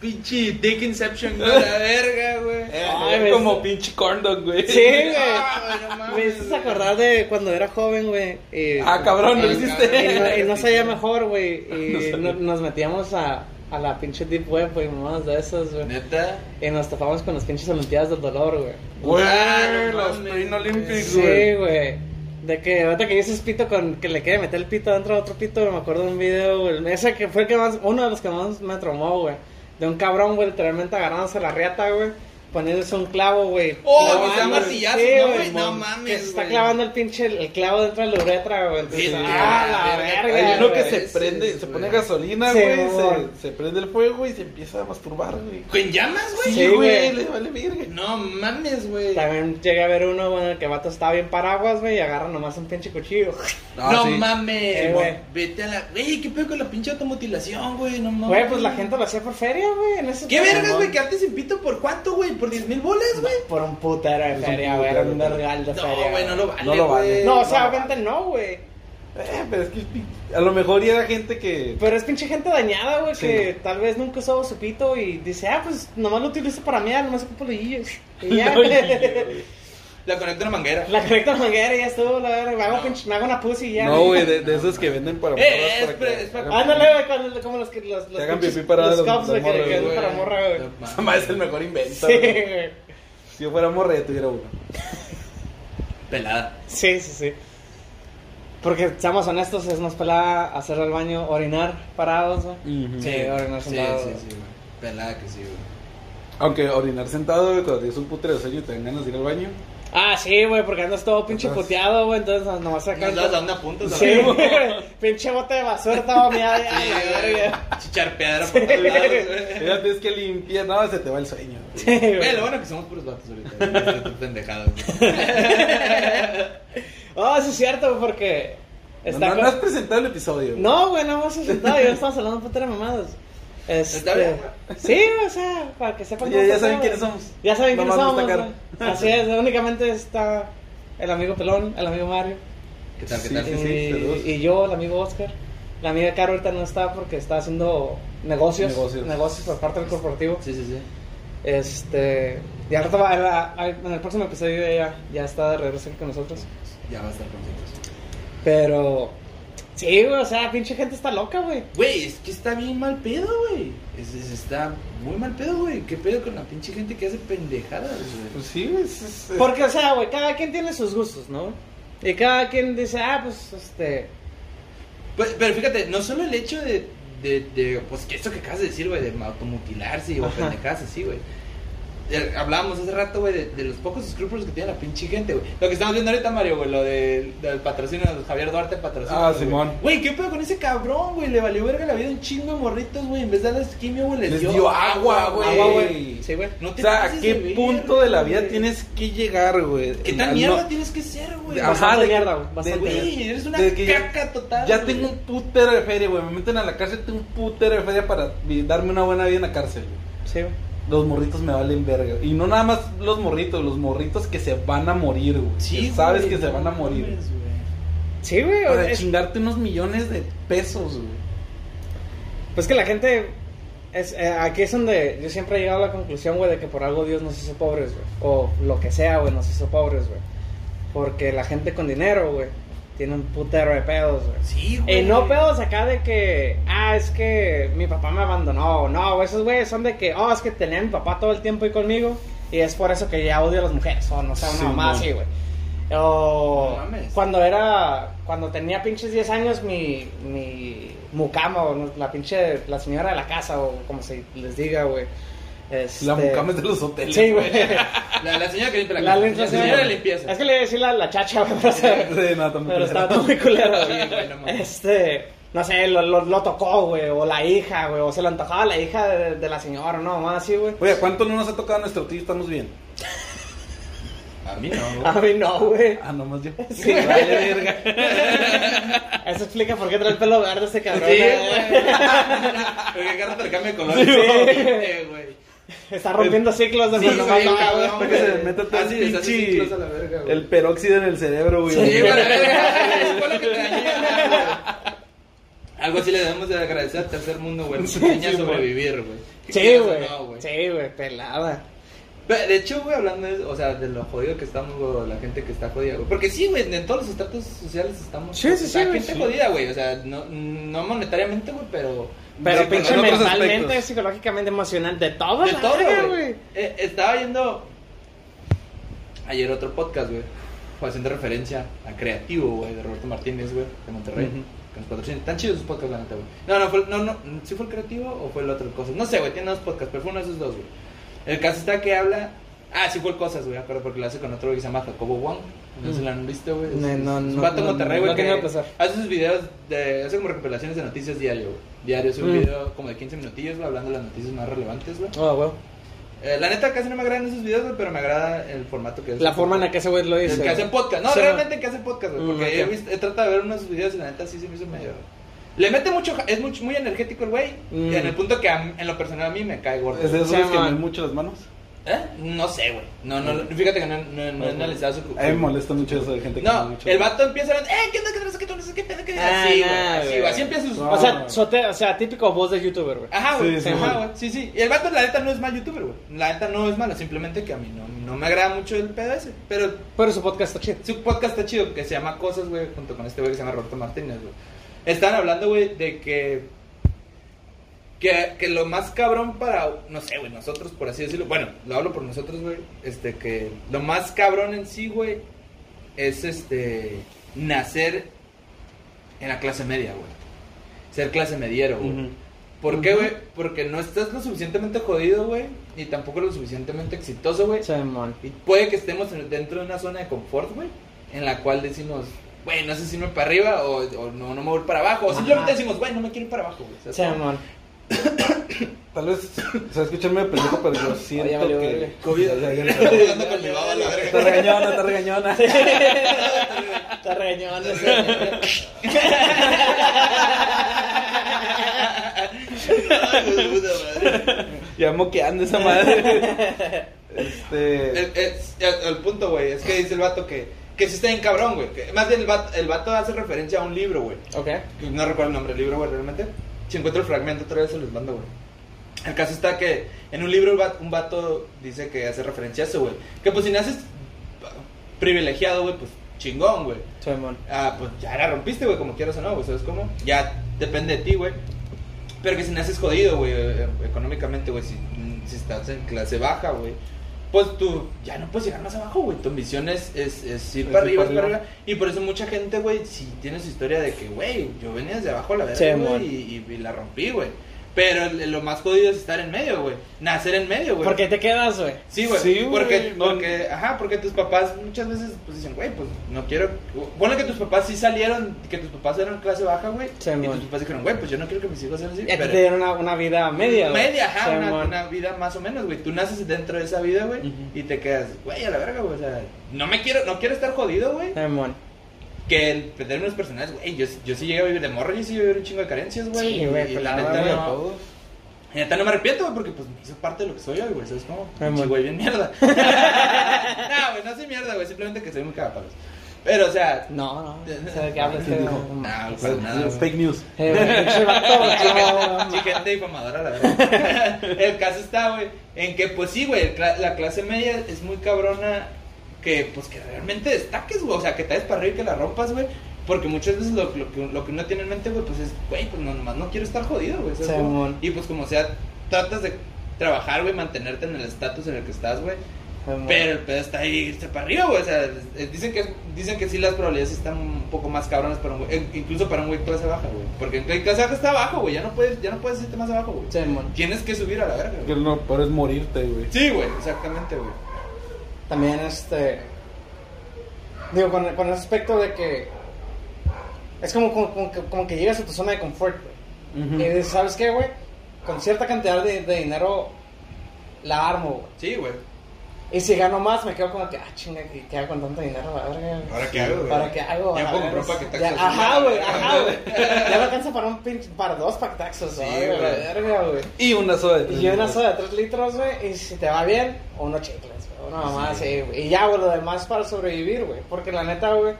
Speaker 2: Pinche Dick Inception, güey, a la verga, güey.
Speaker 3: Eh,
Speaker 1: Ay,
Speaker 3: güey,
Speaker 1: me-
Speaker 3: como pinche corn dog, güey.
Speaker 1: Sí, güey.
Speaker 2: Ah, no mames,
Speaker 1: Me hiciste
Speaker 2: güey.
Speaker 1: acordar de cuando era joven, güey. y-
Speaker 3: Ah, cabrón, lo
Speaker 2: Ah,
Speaker 1: Y no,
Speaker 3: hiciste.
Speaker 1: y no sabía mejor, güey. Y no- nos metíamos a, a la pinche Deep Web, güey, mamadas de esas, güey.
Speaker 2: Neta.
Speaker 1: Y nos topamos con las pinches Olimpiadas del Dolor, güey.
Speaker 3: Güey,
Speaker 2: Ah, no
Speaker 3: los
Speaker 2: mames,
Speaker 3: Green Olympics,
Speaker 1: Sí,
Speaker 3: güey.
Speaker 1: güey. De que ahorita que dices pito con que le quiere meter el pito dentro de otro pito, me acuerdo de un video, güey. Ese que fue el que más, uno de los que más me tromó, güey. De un cabrón, güey, literalmente agarrándose la riata, güey. Poniéndose un clavo, güey.
Speaker 2: Oh,
Speaker 1: clavando,
Speaker 2: que se da
Speaker 1: güey.
Speaker 2: martillazos,
Speaker 1: Sí,
Speaker 2: ¿no, güey? No mames,
Speaker 1: Que se está
Speaker 2: güey.
Speaker 1: clavando el pinche el clavo dentro de la uretra, güey. Entonces,
Speaker 2: Sí,
Speaker 1: ah,
Speaker 2: la
Speaker 1: la
Speaker 2: verga.
Speaker 1: verga.
Speaker 3: Hay uno que
Speaker 1: güey.
Speaker 3: se
Speaker 2: Ese
Speaker 3: prende,
Speaker 2: es,
Speaker 3: se
Speaker 2: güey.
Speaker 3: pone gasolina,
Speaker 1: Sí,
Speaker 3: güey,
Speaker 1: amor.
Speaker 3: se, se prende el fuego y se empieza a masturbar, güey.
Speaker 2: ¿Con llamas, güey?
Speaker 1: Sí, güey.
Speaker 3: le vale verga.
Speaker 2: No mames, güey.
Speaker 1: También llegué a ver uno, güey, en el que el vato estaba bien paraguas, güey, y agarra nomás un pinche cuchillo.
Speaker 2: No,
Speaker 3: Ah,
Speaker 2: mames,
Speaker 1: Eh, güey.
Speaker 2: Vete a la. Güey, qué pedo con la pinche automutilación, güey. No mames.
Speaker 1: Güey, pues la gente lo hacía por feria, güey. en ese
Speaker 2: ¿Qué
Speaker 1: tiempo,
Speaker 2: vergas,
Speaker 1: ¿no?
Speaker 2: güey? Que antes se pito por cuánto, güey? ¿Por 10 mil bolas, güey?
Speaker 1: Por un putero de
Speaker 3: un
Speaker 1: feria, güey. Era un
Speaker 3: putero.
Speaker 1: vergal de feria.
Speaker 2: No, güey, no lo vale.
Speaker 3: No lo vale.
Speaker 2: güey.
Speaker 1: No, o sea,
Speaker 3: No.
Speaker 1: obviamente no, güey.
Speaker 3: Eh, pero es que es pin- a lo mejor ya era gente que
Speaker 1: Pero es pinche gente dañada, güey,
Speaker 3: Sí,
Speaker 1: que tal vez nunca usó su pito y dice, ah, pues nomás lo utilizo para mí, nomás ocupo los guillos. Y ya.
Speaker 3: No, güey.
Speaker 2: La conecto a una manguera.
Speaker 1: la correcta manguera, ya estuvo, la verga. Me hago, pinche- me hago una pussy y ya.
Speaker 3: No, güey, de, de esos que venden para
Speaker 2: Eh,
Speaker 3: morras
Speaker 2: es
Speaker 3: para
Speaker 2: pre-
Speaker 3: que-
Speaker 2: es para-
Speaker 1: Ándale, güey, con- como los que los, los
Speaker 3: Que hagan
Speaker 1: pinches-
Speaker 3: pipí para
Speaker 1: los
Speaker 3: los-
Speaker 1: cops, güey,
Speaker 3: los
Speaker 1: que- que
Speaker 3: morros,
Speaker 1: es para morra, güey.
Speaker 3: Esa madre es el mejor invento.
Speaker 1: Sí,
Speaker 3: güey.
Speaker 1: güey.
Speaker 3: Si yo fuera morra ya tuviera uno.
Speaker 2: Pelada.
Speaker 1: Sí, sí, sí. Porque, seamos honestos, es más pelada hacer al baño, orinar parados, güey. Sí, orinar
Speaker 2: sí,
Speaker 1: sentado.
Speaker 2: sí, sí, güey. Pelada que sí, güey.
Speaker 3: Aunque orinar sentado, güey, cuando tienes un putre de sueño y te dan ganas de ir al baño.
Speaker 1: Ah, sí, güey, porque andas todo pinche
Speaker 3: Entonces-
Speaker 1: puteado, güey, entonces nomás
Speaker 2: Nos das a
Speaker 1: acá.
Speaker 2: una punta,
Speaker 1: Sí,
Speaker 2: ¿sabes?
Speaker 1: güey. pinche bote de basura estaba meada ya,
Speaker 2: Sí,
Speaker 1: la
Speaker 2: güey.
Speaker 1: verga.
Speaker 2: Chichar piedra por todos lados, güey.
Speaker 3: Ya tienes que limpiar, no, se te va el sueño. güey.
Speaker 1: Sí, güey.
Speaker 2: Güey, lo bueno que somos puros vatos ahorita. güey. Estoy pendejado, güey.
Speaker 1: Oh, sí es cierto, güey, porque está
Speaker 3: No, no,
Speaker 1: con-
Speaker 3: no has presentado el episodio. güey.
Speaker 1: No, güey, no hemos sentado, yo estamos hablando de putas mamadas. Este...
Speaker 2: Está bien.
Speaker 1: Sí, güey, o sea, para que sepan
Speaker 3: Ya-
Speaker 1: cómo
Speaker 3: ya
Speaker 1: se
Speaker 3: saben
Speaker 1: hace,
Speaker 3: quiénes
Speaker 1: güey.
Speaker 3: somos.
Speaker 1: Ya saben quiénes
Speaker 3: Nomás
Speaker 1: somos.
Speaker 3: destacar.
Speaker 1: güey. Así es, únicamente está el amigo Pelón, el amigo Mario
Speaker 2: ¿Qué tal, qué
Speaker 3: Sí,
Speaker 2: tal?
Speaker 1: y,
Speaker 3: saludos.
Speaker 1: y yo, el amigo Oscar. La amiga Caro ahorita no está porque está haciendo negocios.
Speaker 3: Negocios.
Speaker 1: Negocios. por parte del corporativo.
Speaker 2: Sí, sí, sí.
Speaker 1: Este. Y ahorita va, va- va- en el próximo episodio ella ya está de regreso aquí con nosotros.
Speaker 2: Ya va a estar con nosotros.
Speaker 1: Pero. Sí, güey, o sea, pinche gente está loca, güey.
Speaker 2: Güey, es que está bien mal pedo, güey. Es- es- está muy mal pedo, güey. ¿Qué pedo con la pinche gente que hace pendejadas, güey?
Speaker 3: Pues sí, güey. es- es- es-
Speaker 1: Porque, o sea, güey, cada quien tiene sus gustos, ¿no? Y cada quien dice, ah, pues, este.
Speaker 2: Pues, pero fíjate, no solo el hecho de, de, de pues, que esto que acabas de decir, güey, de automutilarse o
Speaker 1: Ajá.
Speaker 2: pendejadas así, güey. Eh, Hablábamos hace rato, güey, de, de los pocos escrúpulos que tiene la pinche gente, güey. Lo que estamos viendo ahorita, Mario, güey, lo de- del patrocinio de Javier Duarte, patrocinio.
Speaker 3: Ah,
Speaker 2: güey.
Speaker 3: Simón.
Speaker 2: Güey, ¿qué pedo con ese cabrón, güey? Le valió verga la vida a un chingo de morritos, güey. En vez de darles quimio, güey, les,
Speaker 3: Les dio agua, güey.
Speaker 1: Agua, güey. Sí, güey.
Speaker 2: No
Speaker 3: O
Speaker 2: te
Speaker 3: sea, ¿a
Speaker 2: pases
Speaker 3: qué
Speaker 2: verga,
Speaker 3: punto de la
Speaker 2: güey.
Speaker 3: vida tienes que llegar, güey?
Speaker 2: ¿Qué tan
Speaker 3: Al-
Speaker 2: mierda
Speaker 3: no-
Speaker 2: tienes que ser, güey?
Speaker 3: Ajá,
Speaker 1: Bastante
Speaker 3: de-
Speaker 1: mierda, güey. Bastante
Speaker 3: de-
Speaker 1: mierda.
Speaker 2: Güey, eres una
Speaker 3: de que
Speaker 2: caca total.
Speaker 3: Ya
Speaker 2: güey.
Speaker 3: tengo un putero de feria, güey. Me meten a la cárcel, tengo un putero de feria para vi- darme una buena vida en la cárcel, güey.
Speaker 1: Sí, güey.
Speaker 3: Los morritos me valen verga. Y no nada más los morritos, los morritos que se van a morir, güey.
Speaker 2: Sí,
Speaker 3: Que sabes
Speaker 2: güey,
Speaker 3: que se
Speaker 2: no
Speaker 3: van a morir.
Speaker 2: mames, güey.
Speaker 1: Sí, güey. o
Speaker 3: Para
Speaker 1: sea, es-
Speaker 3: chingarte unos millones de pesos, güey.
Speaker 1: Pues que la gente. Es, eh, aquí es donde yo siempre he llegado a la conclusión, güey, de que por algo Dios nos hizo pobres, güey. O lo que sea, güey, nos hizo pobres, güey. Porque la gente con dinero, güey, tiene un putero de pedos, güey.
Speaker 2: Pues Sí, güey.
Speaker 1: Y Eh, no pedos acá de que, ah, es que mi papá me abandonó. No, esos güeyes son de que, oh, es que tenía a mi papá todo el tiempo ahí conmigo. Y es por eso que ya odio a las mujeres. O no sé, una
Speaker 3: Sí,
Speaker 1: mamá
Speaker 3: mon.
Speaker 1: así, güey. O
Speaker 2: No mames.
Speaker 1: cuando era, cuando tenía pinches 10 años, mi, mi mucama o no- la pinche, la señora de la casa o como se les diga, güey. Este,
Speaker 3: La mucama es de los hoteles.
Speaker 1: Sí, güey.
Speaker 2: La, la señora que limpia la,
Speaker 1: La,
Speaker 2: casa.
Speaker 1: limpieza-
Speaker 2: señora de limpieza.
Speaker 1: Es que le iba a decir la, la chacha, güey. pero, o sea,
Speaker 3: Sí, no, también.
Speaker 1: pero estaba todo muy culero, güey.
Speaker 2: Sí, güey, no mames.
Speaker 1: Este, no sé, lo, lo, lo tocó, güey, o la hija, güey, o se lo antojaba la hija de, de la señora, no, más así, güey.
Speaker 3: Oye, ¿cuánto no nos ha tocado nuestro tío? Estamos bien.
Speaker 2: A mí no,
Speaker 1: A mí no, güey.
Speaker 3: Ah, nomás yo.
Speaker 1: Sí,
Speaker 3: Me vale verga.
Speaker 1: Eso explica por qué trae el pelo verde este cabrón.
Speaker 2: Sí,
Speaker 1: eh,
Speaker 2: güey. Porque cada rato le cambia de color. Sí, güey.
Speaker 1: Está rompiendo ciclos de
Speaker 2: Sí,
Speaker 1: cuando
Speaker 2: güey,
Speaker 1: más
Speaker 2: cabrón,
Speaker 1: loca,
Speaker 3: Porque
Speaker 1: güey.
Speaker 3: se mete todo
Speaker 2: Así
Speaker 3: el
Speaker 2: les hace
Speaker 3: pinche-
Speaker 2: ciclos a la verga, güey.
Speaker 3: El peróxido en el cerebro, güey.
Speaker 2: Sí, güey. Es por lo que te dañé, güey. Algo así le debemos de agradecer al tercer mundo, güey. Nos enseña a
Speaker 3: sí, güey.
Speaker 2: sobrevivir, güey.
Speaker 1: Sí,
Speaker 2: Quieras o
Speaker 1: güey.
Speaker 2: no, güey.
Speaker 1: Sí, güey, pelada.
Speaker 2: Pero, De hecho, güey, hablando de, eso, o sea, de lo jodido que estamos, güey, la gente que está jodida, güey. Porque sí, güey, en todos los estratos sociales estamos.
Speaker 1: Sí, sí,
Speaker 2: o sea,
Speaker 1: sí, güey,
Speaker 2: gente
Speaker 1: sí.
Speaker 2: jodida, güey. O sea, no, no monetariamente, güey, pero.
Speaker 1: Pero
Speaker 3: Sí,
Speaker 1: pinche
Speaker 3: en otros
Speaker 1: mentalmente,
Speaker 3: aspectos.
Speaker 1: psicológicamente, emocional, de todo,
Speaker 2: De
Speaker 1: la
Speaker 2: todo,
Speaker 1: verga,
Speaker 2: güey. Eh, estaba viendo ayer otro podcast, güey. fue Haciendo referencia a Creativo, güey, de Roberto Martínez, güey, de Monterrey.
Speaker 3: Ujú.
Speaker 2: Que nos patrocina. Tan chidos sus podcasts, la neta, güey. No, no, fue, no, no, ¿sí fue el Creativo o fue el otro el Cosas? No sé, güey, tiene dos podcasts, pero fue uno de esos dos, güey. El caso está que habla. Ah, sí fue el Cosas, güey, acuerdo, porque lo hace con otro güey que se llama Jacobo Wong. No sé si lo han visto, güey. Es-
Speaker 1: No, no,
Speaker 2: es un
Speaker 1: no,
Speaker 2: vato de
Speaker 1: no,
Speaker 2: Monterrey,
Speaker 1: no
Speaker 2: güey.
Speaker 1: he
Speaker 2: que
Speaker 1: tenido placer.
Speaker 2: hace sus videos, de, hace como recopilaciones de noticias diario, güey. Diario, hace un
Speaker 1: Mm.
Speaker 2: video como de 15 minutillos, güey, hablando de las noticias más relevantes, güey.
Speaker 1: Oh, güey.
Speaker 2: Eh, la neta casi no me agradan esos videos, güey, pero me agrada el formato que es.
Speaker 1: La forma en la que ese güey lo
Speaker 2: El
Speaker 1: dice.
Speaker 2: que hace podcast. No,
Speaker 1: Sí,
Speaker 2: realmente el que hace podcast, güey.
Speaker 1: Mm,
Speaker 2: Porque
Speaker 1: ok.
Speaker 2: he, visto- he tratado de ver unos videos y la neta sí se me hizo medio. Le mete mucho. ja- Es muy, muy energético el güey.
Speaker 1: Mm.
Speaker 2: En el punto que a mí- en lo personal a mí me cae gordo.
Speaker 3: Es de esos
Speaker 1: Se
Speaker 3: güeyes que
Speaker 1: llama-
Speaker 3: me mucho las manos.
Speaker 2: ¿Eh? No sé, güey. No, no, fíjate que no, no, no he analizado su.
Speaker 3: A mí me molesta mucho eso de gente que
Speaker 2: No,
Speaker 3: me mucho
Speaker 2: el
Speaker 3: las-
Speaker 2: vato empieza a hablar, ¡Eh, qué onda, qué onda, qué onda, qué onda, qué onda!
Speaker 1: Ah,
Speaker 2: Así, güey.
Speaker 1: nah,
Speaker 2: Así,
Speaker 1: güey.
Speaker 2: güey. Así empieza sus.
Speaker 1: O sea, sote- o sea, típico voz de youtuber, güey.
Speaker 2: Ajá, güey.
Speaker 3: Sí,
Speaker 2: Sí,
Speaker 3: sí,
Speaker 2: ajá,
Speaker 3: güey.
Speaker 2: güey. Sí, sí. Y el vato, la neta, no es mal youtuber, güey. La neta no es malo, simplemente que a mí no, no me agrada mucho el pedo ese. Pero
Speaker 1: Pero su podcast está chido.
Speaker 2: su podcast está chido, que se llama Cosas, güey, junto con este güey que se llama Roberto Martínez, güey. Estaban hablando, güey, de que, que. Que lo más cabrón para. No sé, güey, nosotros, por así decirlo. Bueno, lo hablo por nosotros, güey. Este, que lo más cabrón en sí, güey, es este. Nacer en la clase media, güey. Ser clase mediero, güey.
Speaker 3: Ujú.
Speaker 2: ¿Por qué, güey? Porque no estás lo suficientemente jodido, güey, ni tampoco lo suficientemente exitoso, güey.
Speaker 1: Simón.
Speaker 2: Y puede que estemos en- dentro de una zona de confort, güey, en la cual decimos, güey, no sé si me voy para arriba o, o no, no me voy para abajo. O
Speaker 1: Ajá.
Speaker 2: simplemente decimos, güey, no me quiero ir para abajo, güey. ¿sabes?
Speaker 1: Simón.
Speaker 3: Tal vez, o sea, escúchame pendejo, pero
Speaker 2: Ah,
Speaker 3: yo siento
Speaker 1: ya valió verga.
Speaker 3: que...
Speaker 2: COVID.
Speaker 3: Ya, ya, ya.
Speaker 2: Estoy jugando con mi baba, la
Speaker 3: Está
Speaker 2: verga.
Speaker 3: regañona, está regañona.
Speaker 1: Está reñón
Speaker 2: Ay, güey, puta madre.
Speaker 3: Ya moqueando esa madre. Este...
Speaker 2: El- el- el punto, güey, es que dice el vato que, que que sí está bien cabrón, güey. Que- Más bien, el vato, el vato hace referencia a un libro, güey.
Speaker 1: Ok.
Speaker 2: Y No recuerdo el nombre del libro, güey, realmente. Si encuentro el fragmento, otra vez se los mando, güey. El caso está que en un libro el va- un vato dice que hace referencia a eso, güey. Que pues si naces privilegiado, güey, pues chingón, güey.
Speaker 1: Soy mon.
Speaker 2: Ah, pues ya la rompiste, güey, como quieras o no, güey, ¿sabes cómo? Ya depende de ti, güey. Pero que si naces jodido, güey, eh, económicamente, güey, si, mm, si estás en clase baja, güey, pues tú ya no puedes llegar más abajo, güey. Tu ambición es, es, es ir
Speaker 3: Es
Speaker 2: para
Speaker 3: ir
Speaker 2: arriba,
Speaker 3: para
Speaker 2: es para
Speaker 3: arriba.
Speaker 2: arriba. Y por eso mucha gente, güey, si tiene su historia de que, güey, yo venía desde abajo a la
Speaker 1: Sí,
Speaker 2: verga,
Speaker 1: mon.
Speaker 2: güey, y, y- y la rompí, güey. Pero el- lo más jodido es estar en medio, güey. Nacer en medio, güey.
Speaker 1: ¿Por qué te quedas, güey?
Speaker 2: Sí, güey.
Speaker 3: Sí, güey,
Speaker 2: porque,
Speaker 3: no-
Speaker 2: porque, ajá, porque tus papás muchas veces pues dicen, güey, pues no quiero. Bueno, que tus papás sí salieron, que tus papás eran clase baja, güey.
Speaker 1: Sí,
Speaker 2: y
Speaker 1: mon.
Speaker 2: tus papás dijeron, güey, pues yo no quiero que mis hijos sean así.
Speaker 1: Y a ti te dieron una, una vida media, güey.
Speaker 2: Media, ajá,
Speaker 1: Soy
Speaker 2: una,
Speaker 1: mon.
Speaker 2: una vida más o menos, güey. Tú naces dentro de esa vida, güey,
Speaker 3: Ujú.
Speaker 2: y te quedas, güey, a la verga, güey. O sea, no me quiero, no quiero estar jodido, güey.
Speaker 1: Soy mon.
Speaker 2: Que en términos personales, güey, yo, yo sí llegué a vivir de morro, yo sí llegué a vivir un chingo de carencias, güey.
Speaker 1: Sí, güey,
Speaker 2: y
Speaker 1: pero
Speaker 2: la
Speaker 1: la
Speaker 2: neta,
Speaker 1: verdad,
Speaker 2: no-
Speaker 1: no.
Speaker 2: y neta no me arrepiento, güey, porque pues me hizo parte de lo que soy hoy, güey. ¿Sabes cómo?
Speaker 1: Ay,
Speaker 2: Pinche
Speaker 1: mon.
Speaker 2: güey, bien mierda. no, güey, no soy mierda, güey. Simplemente que soy muy cagapalos. Pero, o sea,
Speaker 1: No, no. no sé de qué hablas,
Speaker 3: ¿Quién
Speaker 1: pero-
Speaker 3: dijo?
Speaker 1: no,
Speaker 2: Nah,
Speaker 1: mames.
Speaker 2: pues, nada, güey.
Speaker 3: Fake news.
Speaker 1: Eh, güey, pinche vato, no,
Speaker 2: Sí, gente difamadora, la verdad. el caso está, güey, en que, pues sí, güey, cla- la clase media es muy cabrona. Que, pues, que realmente destaques, güey. O sea, que te des para arriba y que la rompas, güey. Porque muchas veces lo, lo que, lo que uno tiene en mente, güey, pues es, güey, pues no, nomás no quiero estar jodido, güey. ¿sabes cómo?
Speaker 1: Simón.
Speaker 2: Y pues, como sea, tratas de trabajar, güey, mantenerte en el estatus en el que estás, güey.
Speaker 1: soy mon.
Speaker 2: Pero el pedo está ahí irse para arriba, güey. O sea, eh, dicen que, dicen que sí las probabilidades están un poco más cabronas para un güey. eh, Incluso para un güey clase baja, güey. Porque en clase baja está abajo, güey. Ya no puedes, ya no puedes irte más abajo, güey.
Speaker 1: Soy mon.
Speaker 2: Tienes que subir a la verga,
Speaker 3: Que
Speaker 2: güey.
Speaker 3: no, pero es morirte, güey.
Speaker 2: Sí, güey, exactamente, güey.
Speaker 1: También, este. Digo, con, con el aspecto de que. Es como, como, como que, como que llegas a tu zona de confort, güey.
Speaker 3: Ujú.
Speaker 1: Y dices, ¿sabes qué, güey? Con cierta cantidad de, de dinero la armo, güey.
Speaker 2: Sí, güey.
Speaker 1: Y si gano más, me quedo como que, ah, chinga, que queda con tanto dinero, la verga. güey?
Speaker 2: ¿Ahora qué hago, güey?
Speaker 1: ¿Para qué hago?
Speaker 2: Ya
Speaker 1: A
Speaker 2: puedo
Speaker 1: ver,
Speaker 2: comprar un
Speaker 1: ya-
Speaker 2: paquetaxos.
Speaker 1: Ajá, güey, ajá, güey. Ya me alcanza para un pinche, para dos paquetaxos,
Speaker 2: Sí,
Speaker 1: sí, güey.
Speaker 2: güey.
Speaker 1: verga, güey.
Speaker 3: Y una soda de tres
Speaker 1: Y yo una
Speaker 3: litros.
Speaker 1: soda de 3 litros, güey, y si te va bien, unos chicles, güey, una mamá así, güey. Y ya, güey, lo demás para sobrevivir, güey. Porque la neta, güey,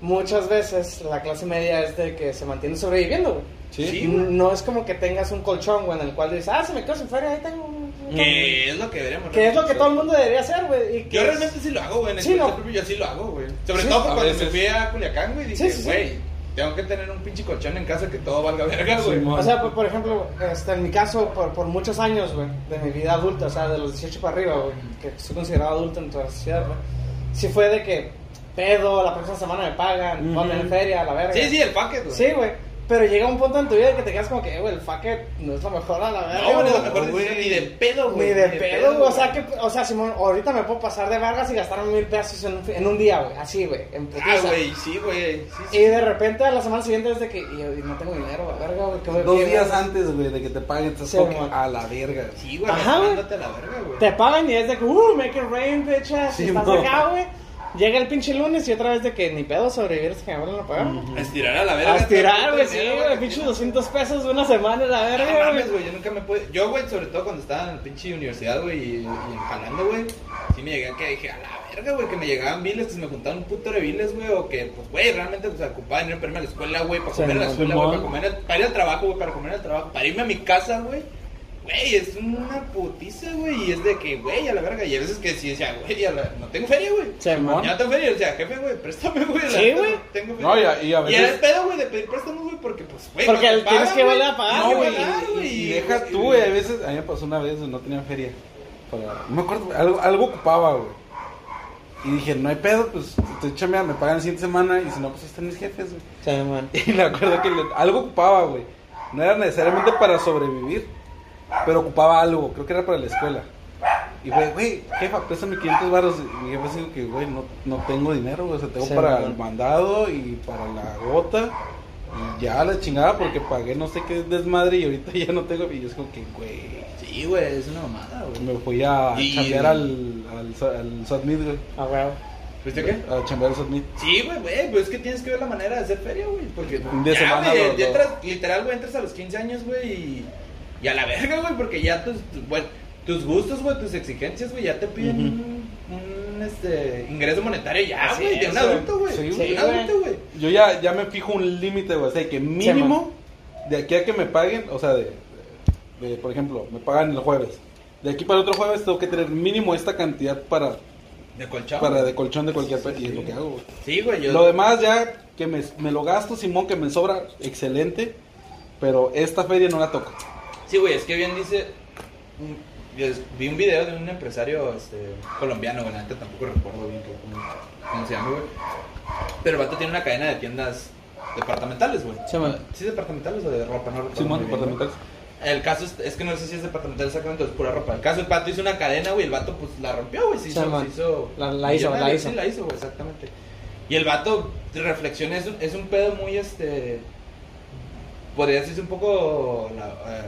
Speaker 1: muchas veces la clase media es de que se mantiene sobreviviendo, güey.
Speaker 3: Sí.
Speaker 2: Sí.
Speaker 1: N-
Speaker 2: güey.
Speaker 1: No es como que tengas un colchón, güey, en el cual dices, ah, se me quedó sin feria, ahí tengo. un-
Speaker 2: Que es lo que deberíamos
Speaker 1: Que es lo que todo el mundo debería hacer, güey. y que
Speaker 2: Yo
Speaker 1: es-
Speaker 2: realmente sí lo hago, güey. En el
Speaker 1: Sí,
Speaker 2: colegio
Speaker 1: no.
Speaker 2: propio yo sí lo hago, güey. Sobre
Speaker 1: Sí,
Speaker 2: todo
Speaker 3: a
Speaker 2: cuando me
Speaker 3: veces.
Speaker 2: fui a Culiacán, güey.
Speaker 1: Sí,
Speaker 2: Dije,
Speaker 1: sí, sí.
Speaker 2: güey, tengo que tener un pinche colchón en casa que todo valga verga, güey.
Speaker 3: Simón.
Speaker 1: O sea, por, por ejemplo, este, en mi caso, por, por muchos años, güey, de mi vida adulta, o sea, de los 18 para arriba, güey, que soy considerado adulto en toda la sociedad, güey, sí fue de que pedo, la próxima semana me pagan, voy a tener
Speaker 3: Ujú.
Speaker 1: feria, la verga.
Speaker 2: sí, sí, el paquete, güey.
Speaker 1: Sí, güey. Pero llega un punto en tu vida que te quedas como que, eh, güey, el fuck it, no es lo mejor a la verga.
Speaker 2: No, güey,
Speaker 1: güey.
Speaker 2: es la mejor
Speaker 3: güey.
Speaker 2: decisión. Ni de pedo,
Speaker 1: Ni
Speaker 2: güey.
Speaker 1: de pedo, güey. O sea, que, o sea, Simón, ahorita me puedo pasar de vargas y gastarme mil pesos en, un fi- en un día, güey. Así, güey. En
Speaker 2: Ah,
Speaker 1: putiza.
Speaker 2: güey, sí, güey. Sí, sí.
Speaker 1: Y de repente a la semana siguiente es de que, y, yo, y no tengo dinero, la verga, güey. ¿qué voy-
Speaker 3: Dos
Speaker 1: qué
Speaker 3: días
Speaker 1: voy a hacer?
Speaker 3: antes, güey, de que te paguen, estás
Speaker 1: Sí,
Speaker 3: como que
Speaker 1: mon.
Speaker 3: a la verga.
Speaker 2: Sí, güey,
Speaker 1: Ajá, güey.
Speaker 2: mándate a la verga, güey.
Speaker 1: Te pagan y es de que, uh, make it rain, bitch. ass,
Speaker 3: Sí,
Speaker 1: estás
Speaker 3: mo.
Speaker 1: acá, güey. Llega el pinche lunes y otra vez de que ni pedo sobrevivir es que me vuelven a pagar.
Speaker 2: A estirar a la verga.
Speaker 1: A estirar,
Speaker 2: todo
Speaker 1: güey,
Speaker 2: el
Speaker 1: sí,
Speaker 2: dinero,
Speaker 1: güey.
Speaker 2: que
Speaker 1: Pinche
Speaker 2: tienes.
Speaker 1: 200 pesos de una semana, la
Speaker 2: No
Speaker 1: verga, güey.
Speaker 2: mames, güey, yo nunca me pude. Yo, güey, sobre todo cuando estaba en la pinche universidad, güey, y, y jalando, güey. Sí me llegué a que dije, a la verga, güey, que me llegaban biles, que se me juntaban un puto de biles, güey, o que, pues, güey, realmente, pues, ocupaba dinero para irme a la escuela, güey, para
Speaker 1: Sí,
Speaker 2: comer a la
Speaker 1: mon,
Speaker 2: escuela, güey,
Speaker 3: mon.
Speaker 2: para comer, al- para ir al trabajo, güey, para comer al trabajo, para irme a mi casa, güey. Güey, es una putiza, güey, y es de que, güey, a la verga. Y a veces que sí decía, güey, a la- no tengo feria, güey.
Speaker 1: Simón.
Speaker 2: Ya tengo feria, o sea, jefe, güey, préstame, güey. la
Speaker 1: Sí,
Speaker 2: neta,
Speaker 1: güey.
Speaker 2: no Tengo feria.
Speaker 3: No, y a- y a veces-
Speaker 2: era el pedo, güey, de pedir préstamo, güey, porque, pues, güey.
Speaker 1: Porque
Speaker 2: no te
Speaker 1: tienes que
Speaker 2: güey.
Speaker 1: volver a pagar, güey.
Speaker 2: No,
Speaker 1: y-
Speaker 2: güey.
Speaker 3: y,
Speaker 2: güey,
Speaker 3: y deja tú, güey. A veces, a mí me pasó una vez, güey, no tenía feria. para- no me acuerdo, güey, algo, algo ocupaba, güey. Y dije, no hay pedo, pues, te chamea, me pagan la siguiente semana. Y si no, pues ahí están mis jefes, güey.
Speaker 1: Simón.
Speaker 3: Y me acuerdo que le- algo ocupaba, güey. No era necesariamente para sobrevivir, pero ocupaba algo. Creo que era para la escuela. Y, güey, güey, jefa, préstame 500 baros. Y mi jefa dijo que, güey, no, no tengo dinero, güey. O sea, tengo
Speaker 1: Sí,
Speaker 3: para
Speaker 1: no.
Speaker 3: el mandado y para la gota. Y ya la chingada porque pagué no sé qué desmadre y ahorita ya no tengo. Y yo es como que, güey,
Speaker 2: Sí, güey, es una mamada, güey.
Speaker 3: me fui a
Speaker 2: Y-
Speaker 3: chambear al, al, so- al Sotmit, güey.
Speaker 1: A huevo.
Speaker 2: ¿Fuiste qué?
Speaker 3: A chambear al Sotmit.
Speaker 2: Sí, güey, güey, pues es que tienes que ver la manera de hacer feria, güey. Porque
Speaker 3: Un día
Speaker 2: ya,
Speaker 3: semana,
Speaker 2: güey,
Speaker 3: bro,
Speaker 2: ya
Speaker 3: bro.
Speaker 2: entras- literal, güey, entras a los 15 años, güey, y, y a la verga, güey, porque ya tus, tus- bueno, tus gustos, güey, tus exigencias, güey, ya te piden
Speaker 3: Ujú.
Speaker 2: un, un, este, ingreso monetario ya,
Speaker 1: Así
Speaker 2: güey, de
Speaker 1: es,
Speaker 2: un
Speaker 1: güey.
Speaker 2: adulto, güey.
Speaker 3: Sí,
Speaker 2: de
Speaker 1: güey.
Speaker 2: un adulto, güey.
Speaker 3: Yo ya, ya me fijo un límite, güey. O sea, que mínimo de aquí a que me paguen, o sea, de, de, por ejemplo, me pagan el jueves. De aquí para el otro jueves tengo que tener mínimo esta cantidad para,
Speaker 2: De colchón.
Speaker 3: para
Speaker 2: güey.
Speaker 3: de colchón de cualquier país. Y es lo que hago, güey.
Speaker 2: Sí, güey, yo.
Speaker 3: Lo demás ya que me, me lo gasto, Simón, que me sobra, excelente. Pero esta feria no la toco.
Speaker 2: Sí, güey, es que bien dice. mm, yo es- Vi un video de un empresario este, colombiano, güey, la neta tampoco recuerdo bien cómo, cómo se llama, güey. Pero el vato tiene una cadena de tiendas departamentales, güey.
Speaker 1: Sí, man.
Speaker 2: Sí, departamentales o de ropa, no recuerdo
Speaker 3: Simón,
Speaker 2: muy bien,
Speaker 3: departamental.
Speaker 2: güey. El caso es, es que no sé si es departamental exactamente, o es pura ropa. El caso, el pato hizo una cadena, güey, el vato pues la rompió, güey, se
Speaker 1: Sí,
Speaker 2: hizo.
Speaker 1: man.
Speaker 2: se hizo
Speaker 1: La- la hizo, la
Speaker 2: millonario,
Speaker 1: hizo.
Speaker 2: Sí, la hizo, güey, exactamente. Y el vato, reflexiona, es un, es un pedo muy este podría decirse un poco la- eh,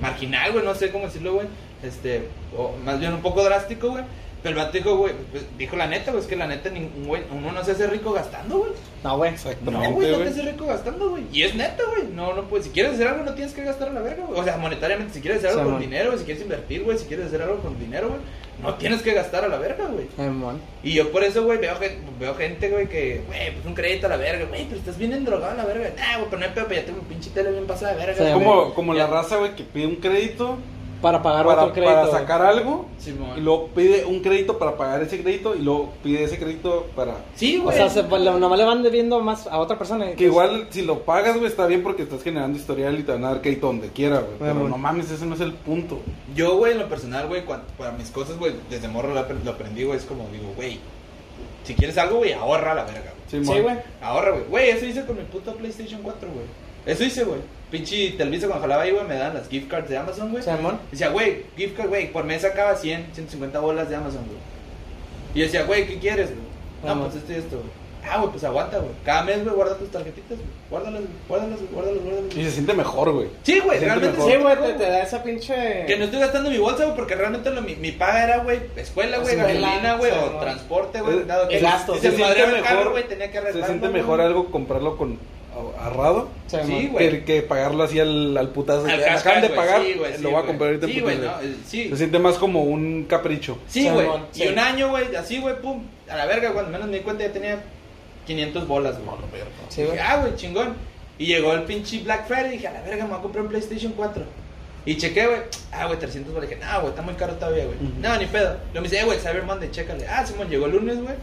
Speaker 2: marginal, güey, no sé cómo decirlo, güey. Este, o más bien un poco drástico, güey. Pero el vato dijo, güey, pues, dijo la neta, güey, es que la neta, ningún, güey, uno no se hace rico gastando, güey.
Speaker 1: No, güey.
Speaker 2: No,
Speaker 3: Exactamente,
Speaker 2: güey, no te
Speaker 3: güey.
Speaker 2: haces rico gastando, güey. Y es neta, güey. No, no, pues si quieres hacer algo, no tienes que gastar a la verga, güey. O sea, monetariamente, si quieres hacer algo
Speaker 1: Sí,
Speaker 2: con
Speaker 1: mon.
Speaker 2: dinero, güey, si quieres invertir, güey, si quieres hacer algo con dinero, güey, no tienes que gastar a la verga, güey.
Speaker 1: Eh, mon.
Speaker 2: Y yo por eso, güey, veo, gen- veo gente, güey, que, güey, pues un crédito a la verga, güey, pero estás bien endrogado a la verga. Nah, güey, pero no hay pedo, pues ya tengo un pinche tele bien pasada de verga.
Speaker 1: Sí,
Speaker 3: Como, como la
Speaker 2: Ya.
Speaker 3: raza, güey, que pide un crédito
Speaker 1: Para pagar
Speaker 3: para,
Speaker 1: otro crédito.
Speaker 3: para
Speaker 1: güey.
Speaker 3: sacar algo.
Speaker 2: Simón.
Speaker 3: Y luego pide un crédito para pagar ese crédito y luego pide ese crédito para...
Speaker 2: Sí,
Speaker 1: O
Speaker 2: güey.
Speaker 1: sea, se, le- nomás le van debiendo más a otra persona. y
Speaker 3: Que
Speaker 1: pues-
Speaker 3: igual si lo pagas, güey, está bien porque estás generando historial y te van a dar crédito donde quiera, güey. Pero
Speaker 1: Bueno.
Speaker 3: no mames, ese no es el punto.
Speaker 2: Yo, güey, en lo personal, güey, cuan- para mis cosas, güey, desde morro lo, apre- lo aprendí, güey, es como, digo, güey, si quieres algo, güey, ahorra a la verga, güey.
Speaker 3: Sí,
Speaker 1: Sí, güey.
Speaker 2: Ahorra, güey. Güey, eso hice con mi puta PlayStation 4, güey. Eso hice, güey. Pinche Televisa cuando jalaba ahí, güey, me dan las gift cards de Amazon, güey.
Speaker 1: Simón.
Speaker 2: Decía, güey, gift card, güey, por mes sacaba 100, 150 bolas de Amazon, güey. Y yo decía, güey, ¿qué quieres, güey? No,
Speaker 1: Ajá.
Speaker 2: pues esto y esto, güey. Ah, güey, pues aguanta, güey. Cada mes, güey, guarda tus tarjetitas, güey. Guárdalas, güey, guárdalas, güey, guárdalas, guárdalas.
Speaker 3: Y
Speaker 2: güey.
Speaker 3: se siente mejor, güey.
Speaker 2: Sí, güey,
Speaker 3: Siempre
Speaker 2: realmente
Speaker 3: mejor.
Speaker 1: Sí,
Speaker 2: sí,
Speaker 1: güey, te, te da esa pinche.
Speaker 2: que no estoy gastando mi bolsa, güey, porque realmente lo- mi, mi paga era, güey, escuela, güey,
Speaker 1: Escuela,
Speaker 2: gasolina, güey,
Speaker 1: sí,
Speaker 2: o
Speaker 1: amor.
Speaker 2: transporte, güey, dado
Speaker 1: El
Speaker 2: que
Speaker 1: gasto,
Speaker 2: si
Speaker 1: se
Speaker 2: se
Speaker 3: siente
Speaker 2: madreaba el
Speaker 3: mejor,
Speaker 2: carro, güey, tenía que
Speaker 3: Se
Speaker 2: arreglarlo.
Speaker 3: siente
Speaker 2: güey.
Speaker 3: mejor algo comprarlo con a- ahorrado
Speaker 1: Sí,
Speaker 2: Sí,
Speaker 1: mon.
Speaker 2: güey.
Speaker 3: que, el que pagarlo así al, al putazo.
Speaker 2: Al
Speaker 3: Ya, me
Speaker 2: cash,
Speaker 3: acaban de
Speaker 2: güey,
Speaker 3: pagar,
Speaker 2: sí, güey, sí,
Speaker 3: lo voy a
Speaker 2: güey.
Speaker 3: comprar ahorita en
Speaker 2: Sí, güey,
Speaker 3: putiza.
Speaker 2: no, eh, sí.
Speaker 3: Se siente más como un capricho.
Speaker 2: Sí, güey.
Speaker 1: Simón, sí.
Speaker 2: Y un año, güey, así, güey, pum, a la verga, cuando menos me di cuenta ya tenía 500 bolas, güey.
Speaker 1: Sí,
Speaker 2: Dije,
Speaker 1: güey.
Speaker 2: ah, güey, chingón. Y llegó el pinche Black Friday y dije, a la verga, me voy a comprar un PlayStation 4. Y chequé, güey, ah, güey, 300 bolas. Dije, no, güey, está muy caro todavía, güey.
Speaker 3: Ujú.
Speaker 2: No, ni pedo. Lo me dice, eh, güey, Cyber Monday, chécale. Ah, Simón, llegó el lunes, güey.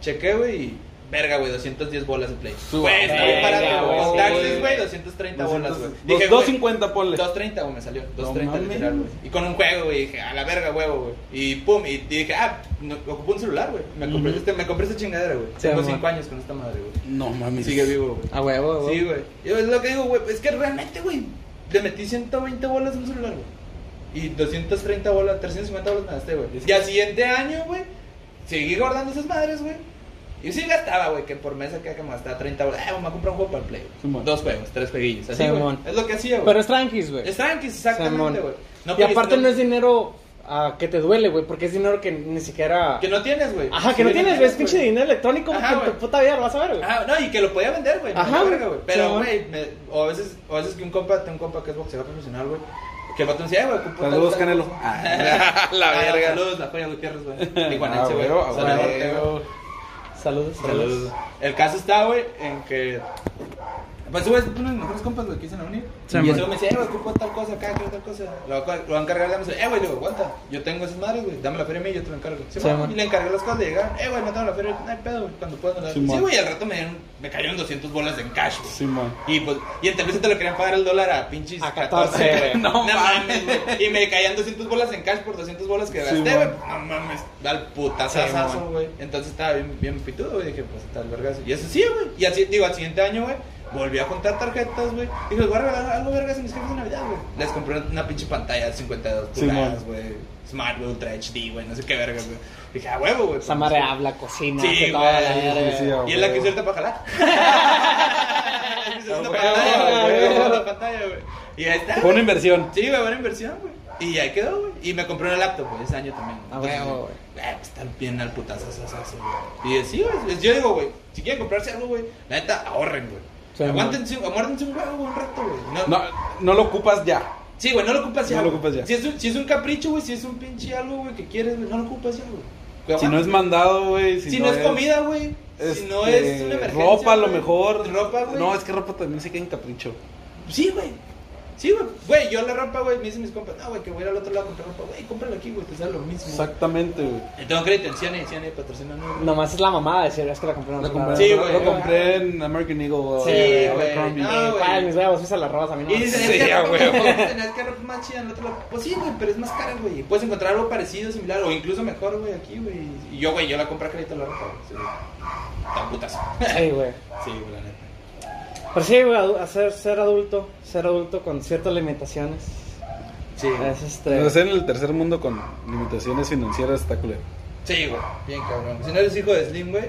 Speaker 2: Chequé, güey, y verga, güey, 210 bolas de Play.
Speaker 3: Su-
Speaker 2: Güey, está muy
Speaker 1: verga,
Speaker 2: barato, güey.
Speaker 1: güey.
Speaker 2: Con Taxes, güey, 230 bolas, güey. Dije, güey,
Speaker 3: 250, ponle.
Speaker 2: 2.30, güey, me salió. 2.30
Speaker 3: mames.
Speaker 2: literal, güey. Y con un juego, güey, dije, a la verga, huevo, güey. Y pum, y, y dije, ah, no, ocupé un celular, güey. Me compré,
Speaker 3: Ujú.
Speaker 2: este, me compré esta chingadera, güey.
Speaker 1: Sí,
Speaker 2: Tengo
Speaker 1: amor.
Speaker 2: 5 años con esta madre, güey.
Speaker 3: No mames. Ah,
Speaker 2: Sigue vivo, güey.
Speaker 1: A huevo, güey.
Speaker 2: Sí, güey. Yo es lo que digo, güey, es que realmente, güey, le metí 120 bolas a un celular, güey. Y 230 bolas, 350 bolas me gasté, güey.
Speaker 3: Es
Speaker 2: Y
Speaker 3: que-
Speaker 2: al siguiente año, güey, seguí guardando esas madres, güey. Y sí gastaba, güey, que por mes acá que me gastaba 30 bolas. Ah, me voy a comprar un juego para el Play. güey.
Speaker 3: Simón.
Speaker 2: Dos juegos, tres jueguillos. Así, güey.
Speaker 1: Simón.
Speaker 2: Es lo que hacía, güey.
Speaker 1: Pero es tranquis, güey.
Speaker 2: Es tranqui, exactamente,
Speaker 1: Simón.
Speaker 2: güey.
Speaker 1: y
Speaker 2: porque-
Speaker 1: aparte no, es dinero ah, que te duele, güey, porque es dinero que ni siquiera.
Speaker 2: Que no tienes, güey.
Speaker 1: Ajá, que no
Speaker 2: Sí,
Speaker 1: tienes, güey, es pinche dinero electrónico
Speaker 2: Ajá,
Speaker 1: que en
Speaker 2: güey.
Speaker 1: tu puta vida lo vas a ver, güey.
Speaker 2: Ajá, no, y que lo podía vender, güey.
Speaker 1: Ajá,
Speaker 2: Ajá,
Speaker 1: güey.
Speaker 2: güey. Pero,
Speaker 1: Simón.
Speaker 2: güey, me- o, a veces, o a veces que un compa, tengo un compa que es boxeador profesional, güey. Que el vato me decía, "Eh, güey, ocupo tal-
Speaker 3: Saludos,
Speaker 2: tal
Speaker 3: Canelo.
Speaker 2: cosa".
Speaker 3: Ah,
Speaker 2: Ah, Saludos, la joya Gutiérrez, güey.
Speaker 3: Ah,
Speaker 2: Tijuanense,
Speaker 3: güey,
Speaker 2: güey.
Speaker 3: ah,
Speaker 2: Sonidorte,
Speaker 3: güey.
Speaker 2: güey.
Speaker 1: Saludos,
Speaker 2: Saludos. El caso está, güey, en que. Pues, güey, es uno de mis mejores compas, güey, que hice en la uni.
Speaker 1: Sí,
Speaker 2: y
Speaker 1: man.
Speaker 2: ese güey me decía, eh, güey, ocupo tal cosa acá, quiero tal cosa. Lo, va a- lo va a encargar, dame. Eh, güey, le digo, aguanta. Yo tengo esas madres, güey. Dame la feria a mí y yo te la encargo. Sí,
Speaker 1: Sí,
Speaker 2: man.
Speaker 1: man.
Speaker 2: Y le encargué las cosas, le llegaron. Eh, güey, no tengo la feria. No hay pedo, güey, cuando puedas. me la das.
Speaker 3: Sí,
Speaker 2: Sí,
Speaker 3: man.
Speaker 2: güey, y al rato me, dieron, me cayeron 200 bolas en cash, güey.
Speaker 3: Sí, man.
Speaker 2: Y pues, y en Televisa te lo querían pagar el dólar a pinches
Speaker 1: A 14, güey.
Speaker 2: No, mames, güey. Y me caían 200 bolas en cash por 200 bolas
Speaker 3: Sí,
Speaker 2: que gasté, güey.
Speaker 3: man.
Speaker 2: No mames, da el putazazazo,
Speaker 1: Sí, man.
Speaker 2: güey. Entonces estaba bien, bien pitudo, güey. Dije, pues está el vergazo. Y eso sí, güey. Y así, digo, al siguiente año, güey, volví a juntar tarjetas, güey. Dije, les voy a regalar algo vergas a mis jefes de Navidad, güey. Les compré una pinche pantalla de 52
Speaker 3: Sí, man.
Speaker 2: pulgadas, güey. Smart, güey, Ultra HD, güey. No sé qué vergas, güey. Dije, a huevo, güey.
Speaker 1: Esa
Speaker 2: pues,
Speaker 1: madre
Speaker 2: sí.
Speaker 1: habla, cocina,
Speaker 2: Sí,
Speaker 1: hace todo,
Speaker 2: güey,
Speaker 1: la
Speaker 2: sí,
Speaker 1: verga.
Speaker 3: sí, sí,
Speaker 2: Y es la que
Speaker 3: huevo.
Speaker 2: suelta para jalar. Es una
Speaker 3: huevo,
Speaker 2: pantalla,
Speaker 1: a
Speaker 2: güey,
Speaker 1: huevo.
Speaker 2: es una pantalla, güey. Y ahí está.
Speaker 3: Fue una
Speaker 2: güey.
Speaker 3: inversión.
Speaker 2: Sí, güey, buena inversión, güey. Y ahí quedó, güey. Y me compré una laptop, güey, ese año también.
Speaker 1: A huevo, güey.
Speaker 2: Eh, pues están bien al putazo, esas, esas, güey. Y así, güey. pues, Yo digo, güey, si quieren comprarse algo, güey, la neta, ahorren, güey.
Speaker 1: Sí,
Speaker 2: Aguántense, aguárdense un huevo un rato, güey. No,
Speaker 3: No, no lo ocupas ya.
Speaker 2: Sí, güey, no lo ocupas ya.
Speaker 3: No lo
Speaker 2: güey.
Speaker 3: ocupas ya.
Speaker 2: Si es un, si es un capricho, güey, si es un pinche algo, güey, que quieres, güey, no lo ocupas ya, güey.
Speaker 3: Si no es mandado, güey.
Speaker 2: Si, no, es comida, güey. si no es
Speaker 3: este,
Speaker 2: una emergencia.
Speaker 3: Ropa, a lo
Speaker 2: güey.
Speaker 3: mejor.
Speaker 2: Ropa, güey.
Speaker 3: No, es que ropa también se queda en capricho.
Speaker 2: Sí, güey. Sí, güey. Güey, yo la ropa, güey, me dicen mis compas, no, güey, que voy a ir al otro lado a comprar ropa. Güey, cómprala aquí, güey, te sale lo mismo. Exacto.
Speaker 3: Exactamente, güey.
Speaker 2: Entonces, crédito, en Ciane, Ciane, patrocina, no, güey.
Speaker 1: Nomás es la mamada de decir, es que la compré en
Speaker 3: Lo
Speaker 1: otro
Speaker 3: compré,
Speaker 1: lado.
Speaker 2: Sí,
Speaker 3: lo-
Speaker 2: güey.
Speaker 3: lo compré en American Eagle. o- o
Speaker 2: Sí, güey.
Speaker 3: Abercrombie.
Speaker 2: No, güey.
Speaker 1: Ay, mis huevos, esa la robas a mí no.
Speaker 2: Y dicen,
Speaker 3: Sí,
Speaker 2: es que
Speaker 3: a
Speaker 2: ropa,
Speaker 3: huevo.
Speaker 2: dicen, es que ropa más chida en el otro lado. Pues sí, güey, pero es más cara, güey. Puedes encontrar algo parecido, similar, o incluso mejor, güey, aquí, güey. Y yo, güey, yo la compré a crédito la ropa, güey. Sí, güey. Tan putazo.
Speaker 1: Sí, güey.
Speaker 2: Sí, güey, la neta.
Speaker 1: Pero sí, güey, adu- hacer, ser adulto, ser adulto con ciertas limitaciones.
Speaker 2: Sí, güey.
Speaker 1: Es este.
Speaker 3: Nacer en el tercer mundo con limitaciones financieras está culero.
Speaker 2: Sí, güey. Bien, cabrón. Si no eres hijo de Slim, güey.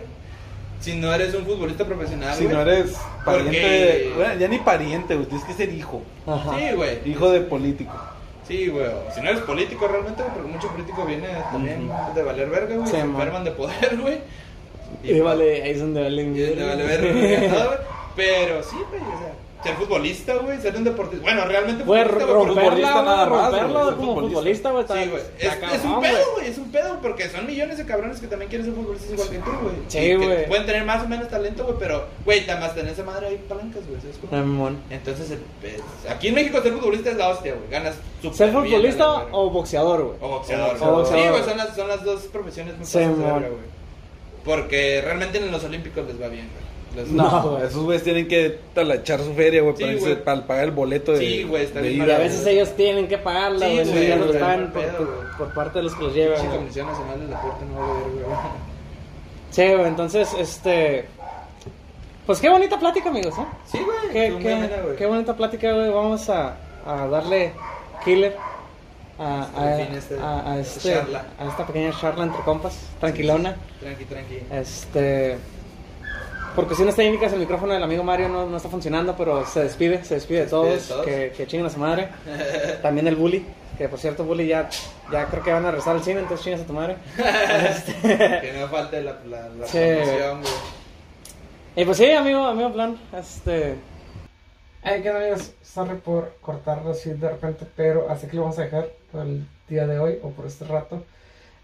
Speaker 2: Si no eres un futbolista profesional,
Speaker 3: Si
Speaker 2: Ah, güey.
Speaker 3: no eres pariente,
Speaker 2: Porque-
Speaker 3: bueno, ya ni pariente, güey, tienes que ser hijo,
Speaker 1: Ajá.
Speaker 2: Sí, güey.
Speaker 3: hijo de político.
Speaker 2: Sí, güey. Si no eres político realmente, güey, porque mucho político viene también
Speaker 1: Ujú.
Speaker 2: de valer verga, güey.
Speaker 1: Sí,
Speaker 2: se
Speaker 1: man.
Speaker 2: enferman de poder, güey.
Speaker 1: Y vale, ahí es donde vale.
Speaker 2: y de vale verga, güey, todo, güey. Pero sí, güey, o sea, ser futbolista, güey, ser un deportista. Bueno, realmente
Speaker 1: Güey,
Speaker 2: futbolista, güey, porque-
Speaker 3: futbolista nada
Speaker 1: romperla, nada
Speaker 3: más,
Speaker 1: romperla
Speaker 3: güey,
Speaker 1: como
Speaker 3: futbolista.
Speaker 1: futbolista, güey. está-
Speaker 2: Sí, güey.
Speaker 1: está
Speaker 2: Es, es un
Speaker 1: cabrón,
Speaker 2: pedo, güey, es un pedo, porque son millones de cabrones que también quieren ser futbolistas igual que tú, güey.
Speaker 1: Sí,
Speaker 2: Y que
Speaker 1: güey.
Speaker 2: Pueden tener más o menos talento, güey, pero, güey, nada más tener esa madre ahí palancas, güey. ¿sabes cómo?
Speaker 1: Ah, mamón.
Speaker 2: Entonces, el- es- aquí en México ser futbolista es la hostia, güey. Ganas súper
Speaker 1: Ser
Speaker 2: bien,
Speaker 1: futbolista
Speaker 2: vale, verga.
Speaker 1: o boxeador, güey.
Speaker 2: O boxeador.
Speaker 1: O
Speaker 2: güey. Sí,
Speaker 1: boxeador.
Speaker 2: güey, son las, son las dos profesiones más
Speaker 1: Sí,
Speaker 2: fáciles de
Speaker 1: mon.
Speaker 2: verga, güey. Porque realmente en los Olímpicos les va bien, güey. Los-
Speaker 1: No,
Speaker 3: No,
Speaker 1: güey.
Speaker 3: esos güeyes tienen que talachar su feria, güey,
Speaker 2: Sí,
Speaker 3: para, irse-
Speaker 2: güey.
Speaker 3: para pagar el boleto de,
Speaker 2: Sí, güey, está
Speaker 3: de
Speaker 2: bien
Speaker 1: Y a
Speaker 2: mal.
Speaker 1: veces ellos tienen que pagarla,
Speaker 2: Sí,
Speaker 1: güey.
Speaker 2: güey,
Speaker 1: ya no
Speaker 2: güey,
Speaker 1: pagan
Speaker 2: mal pedo,
Speaker 1: por,
Speaker 2: güey.
Speaker 1: por parte de los que los
Speaker 2: Sí,
Speaker 1: llevan.
Speaker 2: la
Speaker 1: güey.
Speaker 2: Comisión Nacional del Deporte no va a ver, güey.
Speaker 1: Sí, güey, entonces, este. Pues qué bonita plática, amigos, ¿eh?
Speaker 2: Sí, güey.
Speaker 1: Qué,
Speaker 2: estuvo muy amena,
Speaker 1: qué,
Speaker 2: güey.
Speaker 1: qué bonita plática, güey. Vamos a, a darle killer a,
Speaker 2: Este fin, este-
Speaker 1: a, a, a este,
Speaker 2: charla.
Speaker 1: a esta pequeña charla entre compas, tranquilona.
Speaker 2: Tranqui, tranqui.
Speaker 1: Este. Por cuestiones técnicas, el micrófono del amigo Mario no, no está funcionando, pero se despide, se despide de
Speaker 2: Se despide de
Speaker 1: todos.
Speaker 2: todos.
Speaker 1: Que, que chinguen a su madre. También el bully, que por cierto, bully ya, ya creo que van a regresar al cine, entonces chingas a tu madre.
Speaker 2: que no falte la, la, la
Speaker 1: Este. Sí.
Speaker 2: promoción, güey.
Speaker 1: Y pues sí, amigo, amigo plan, este... Ay, qué onda, amigos, sorry por cortarlo así de repente, pero así que lo vamos a dejar por el día de hoy o por este rato.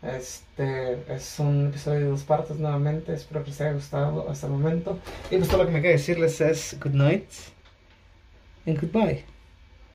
Speaker 1: Este es un episodio de dos partes nuevamente, espero que les haya gustado hasta el momento. Y pues todo lo que me queda decirles es good night and goodbye.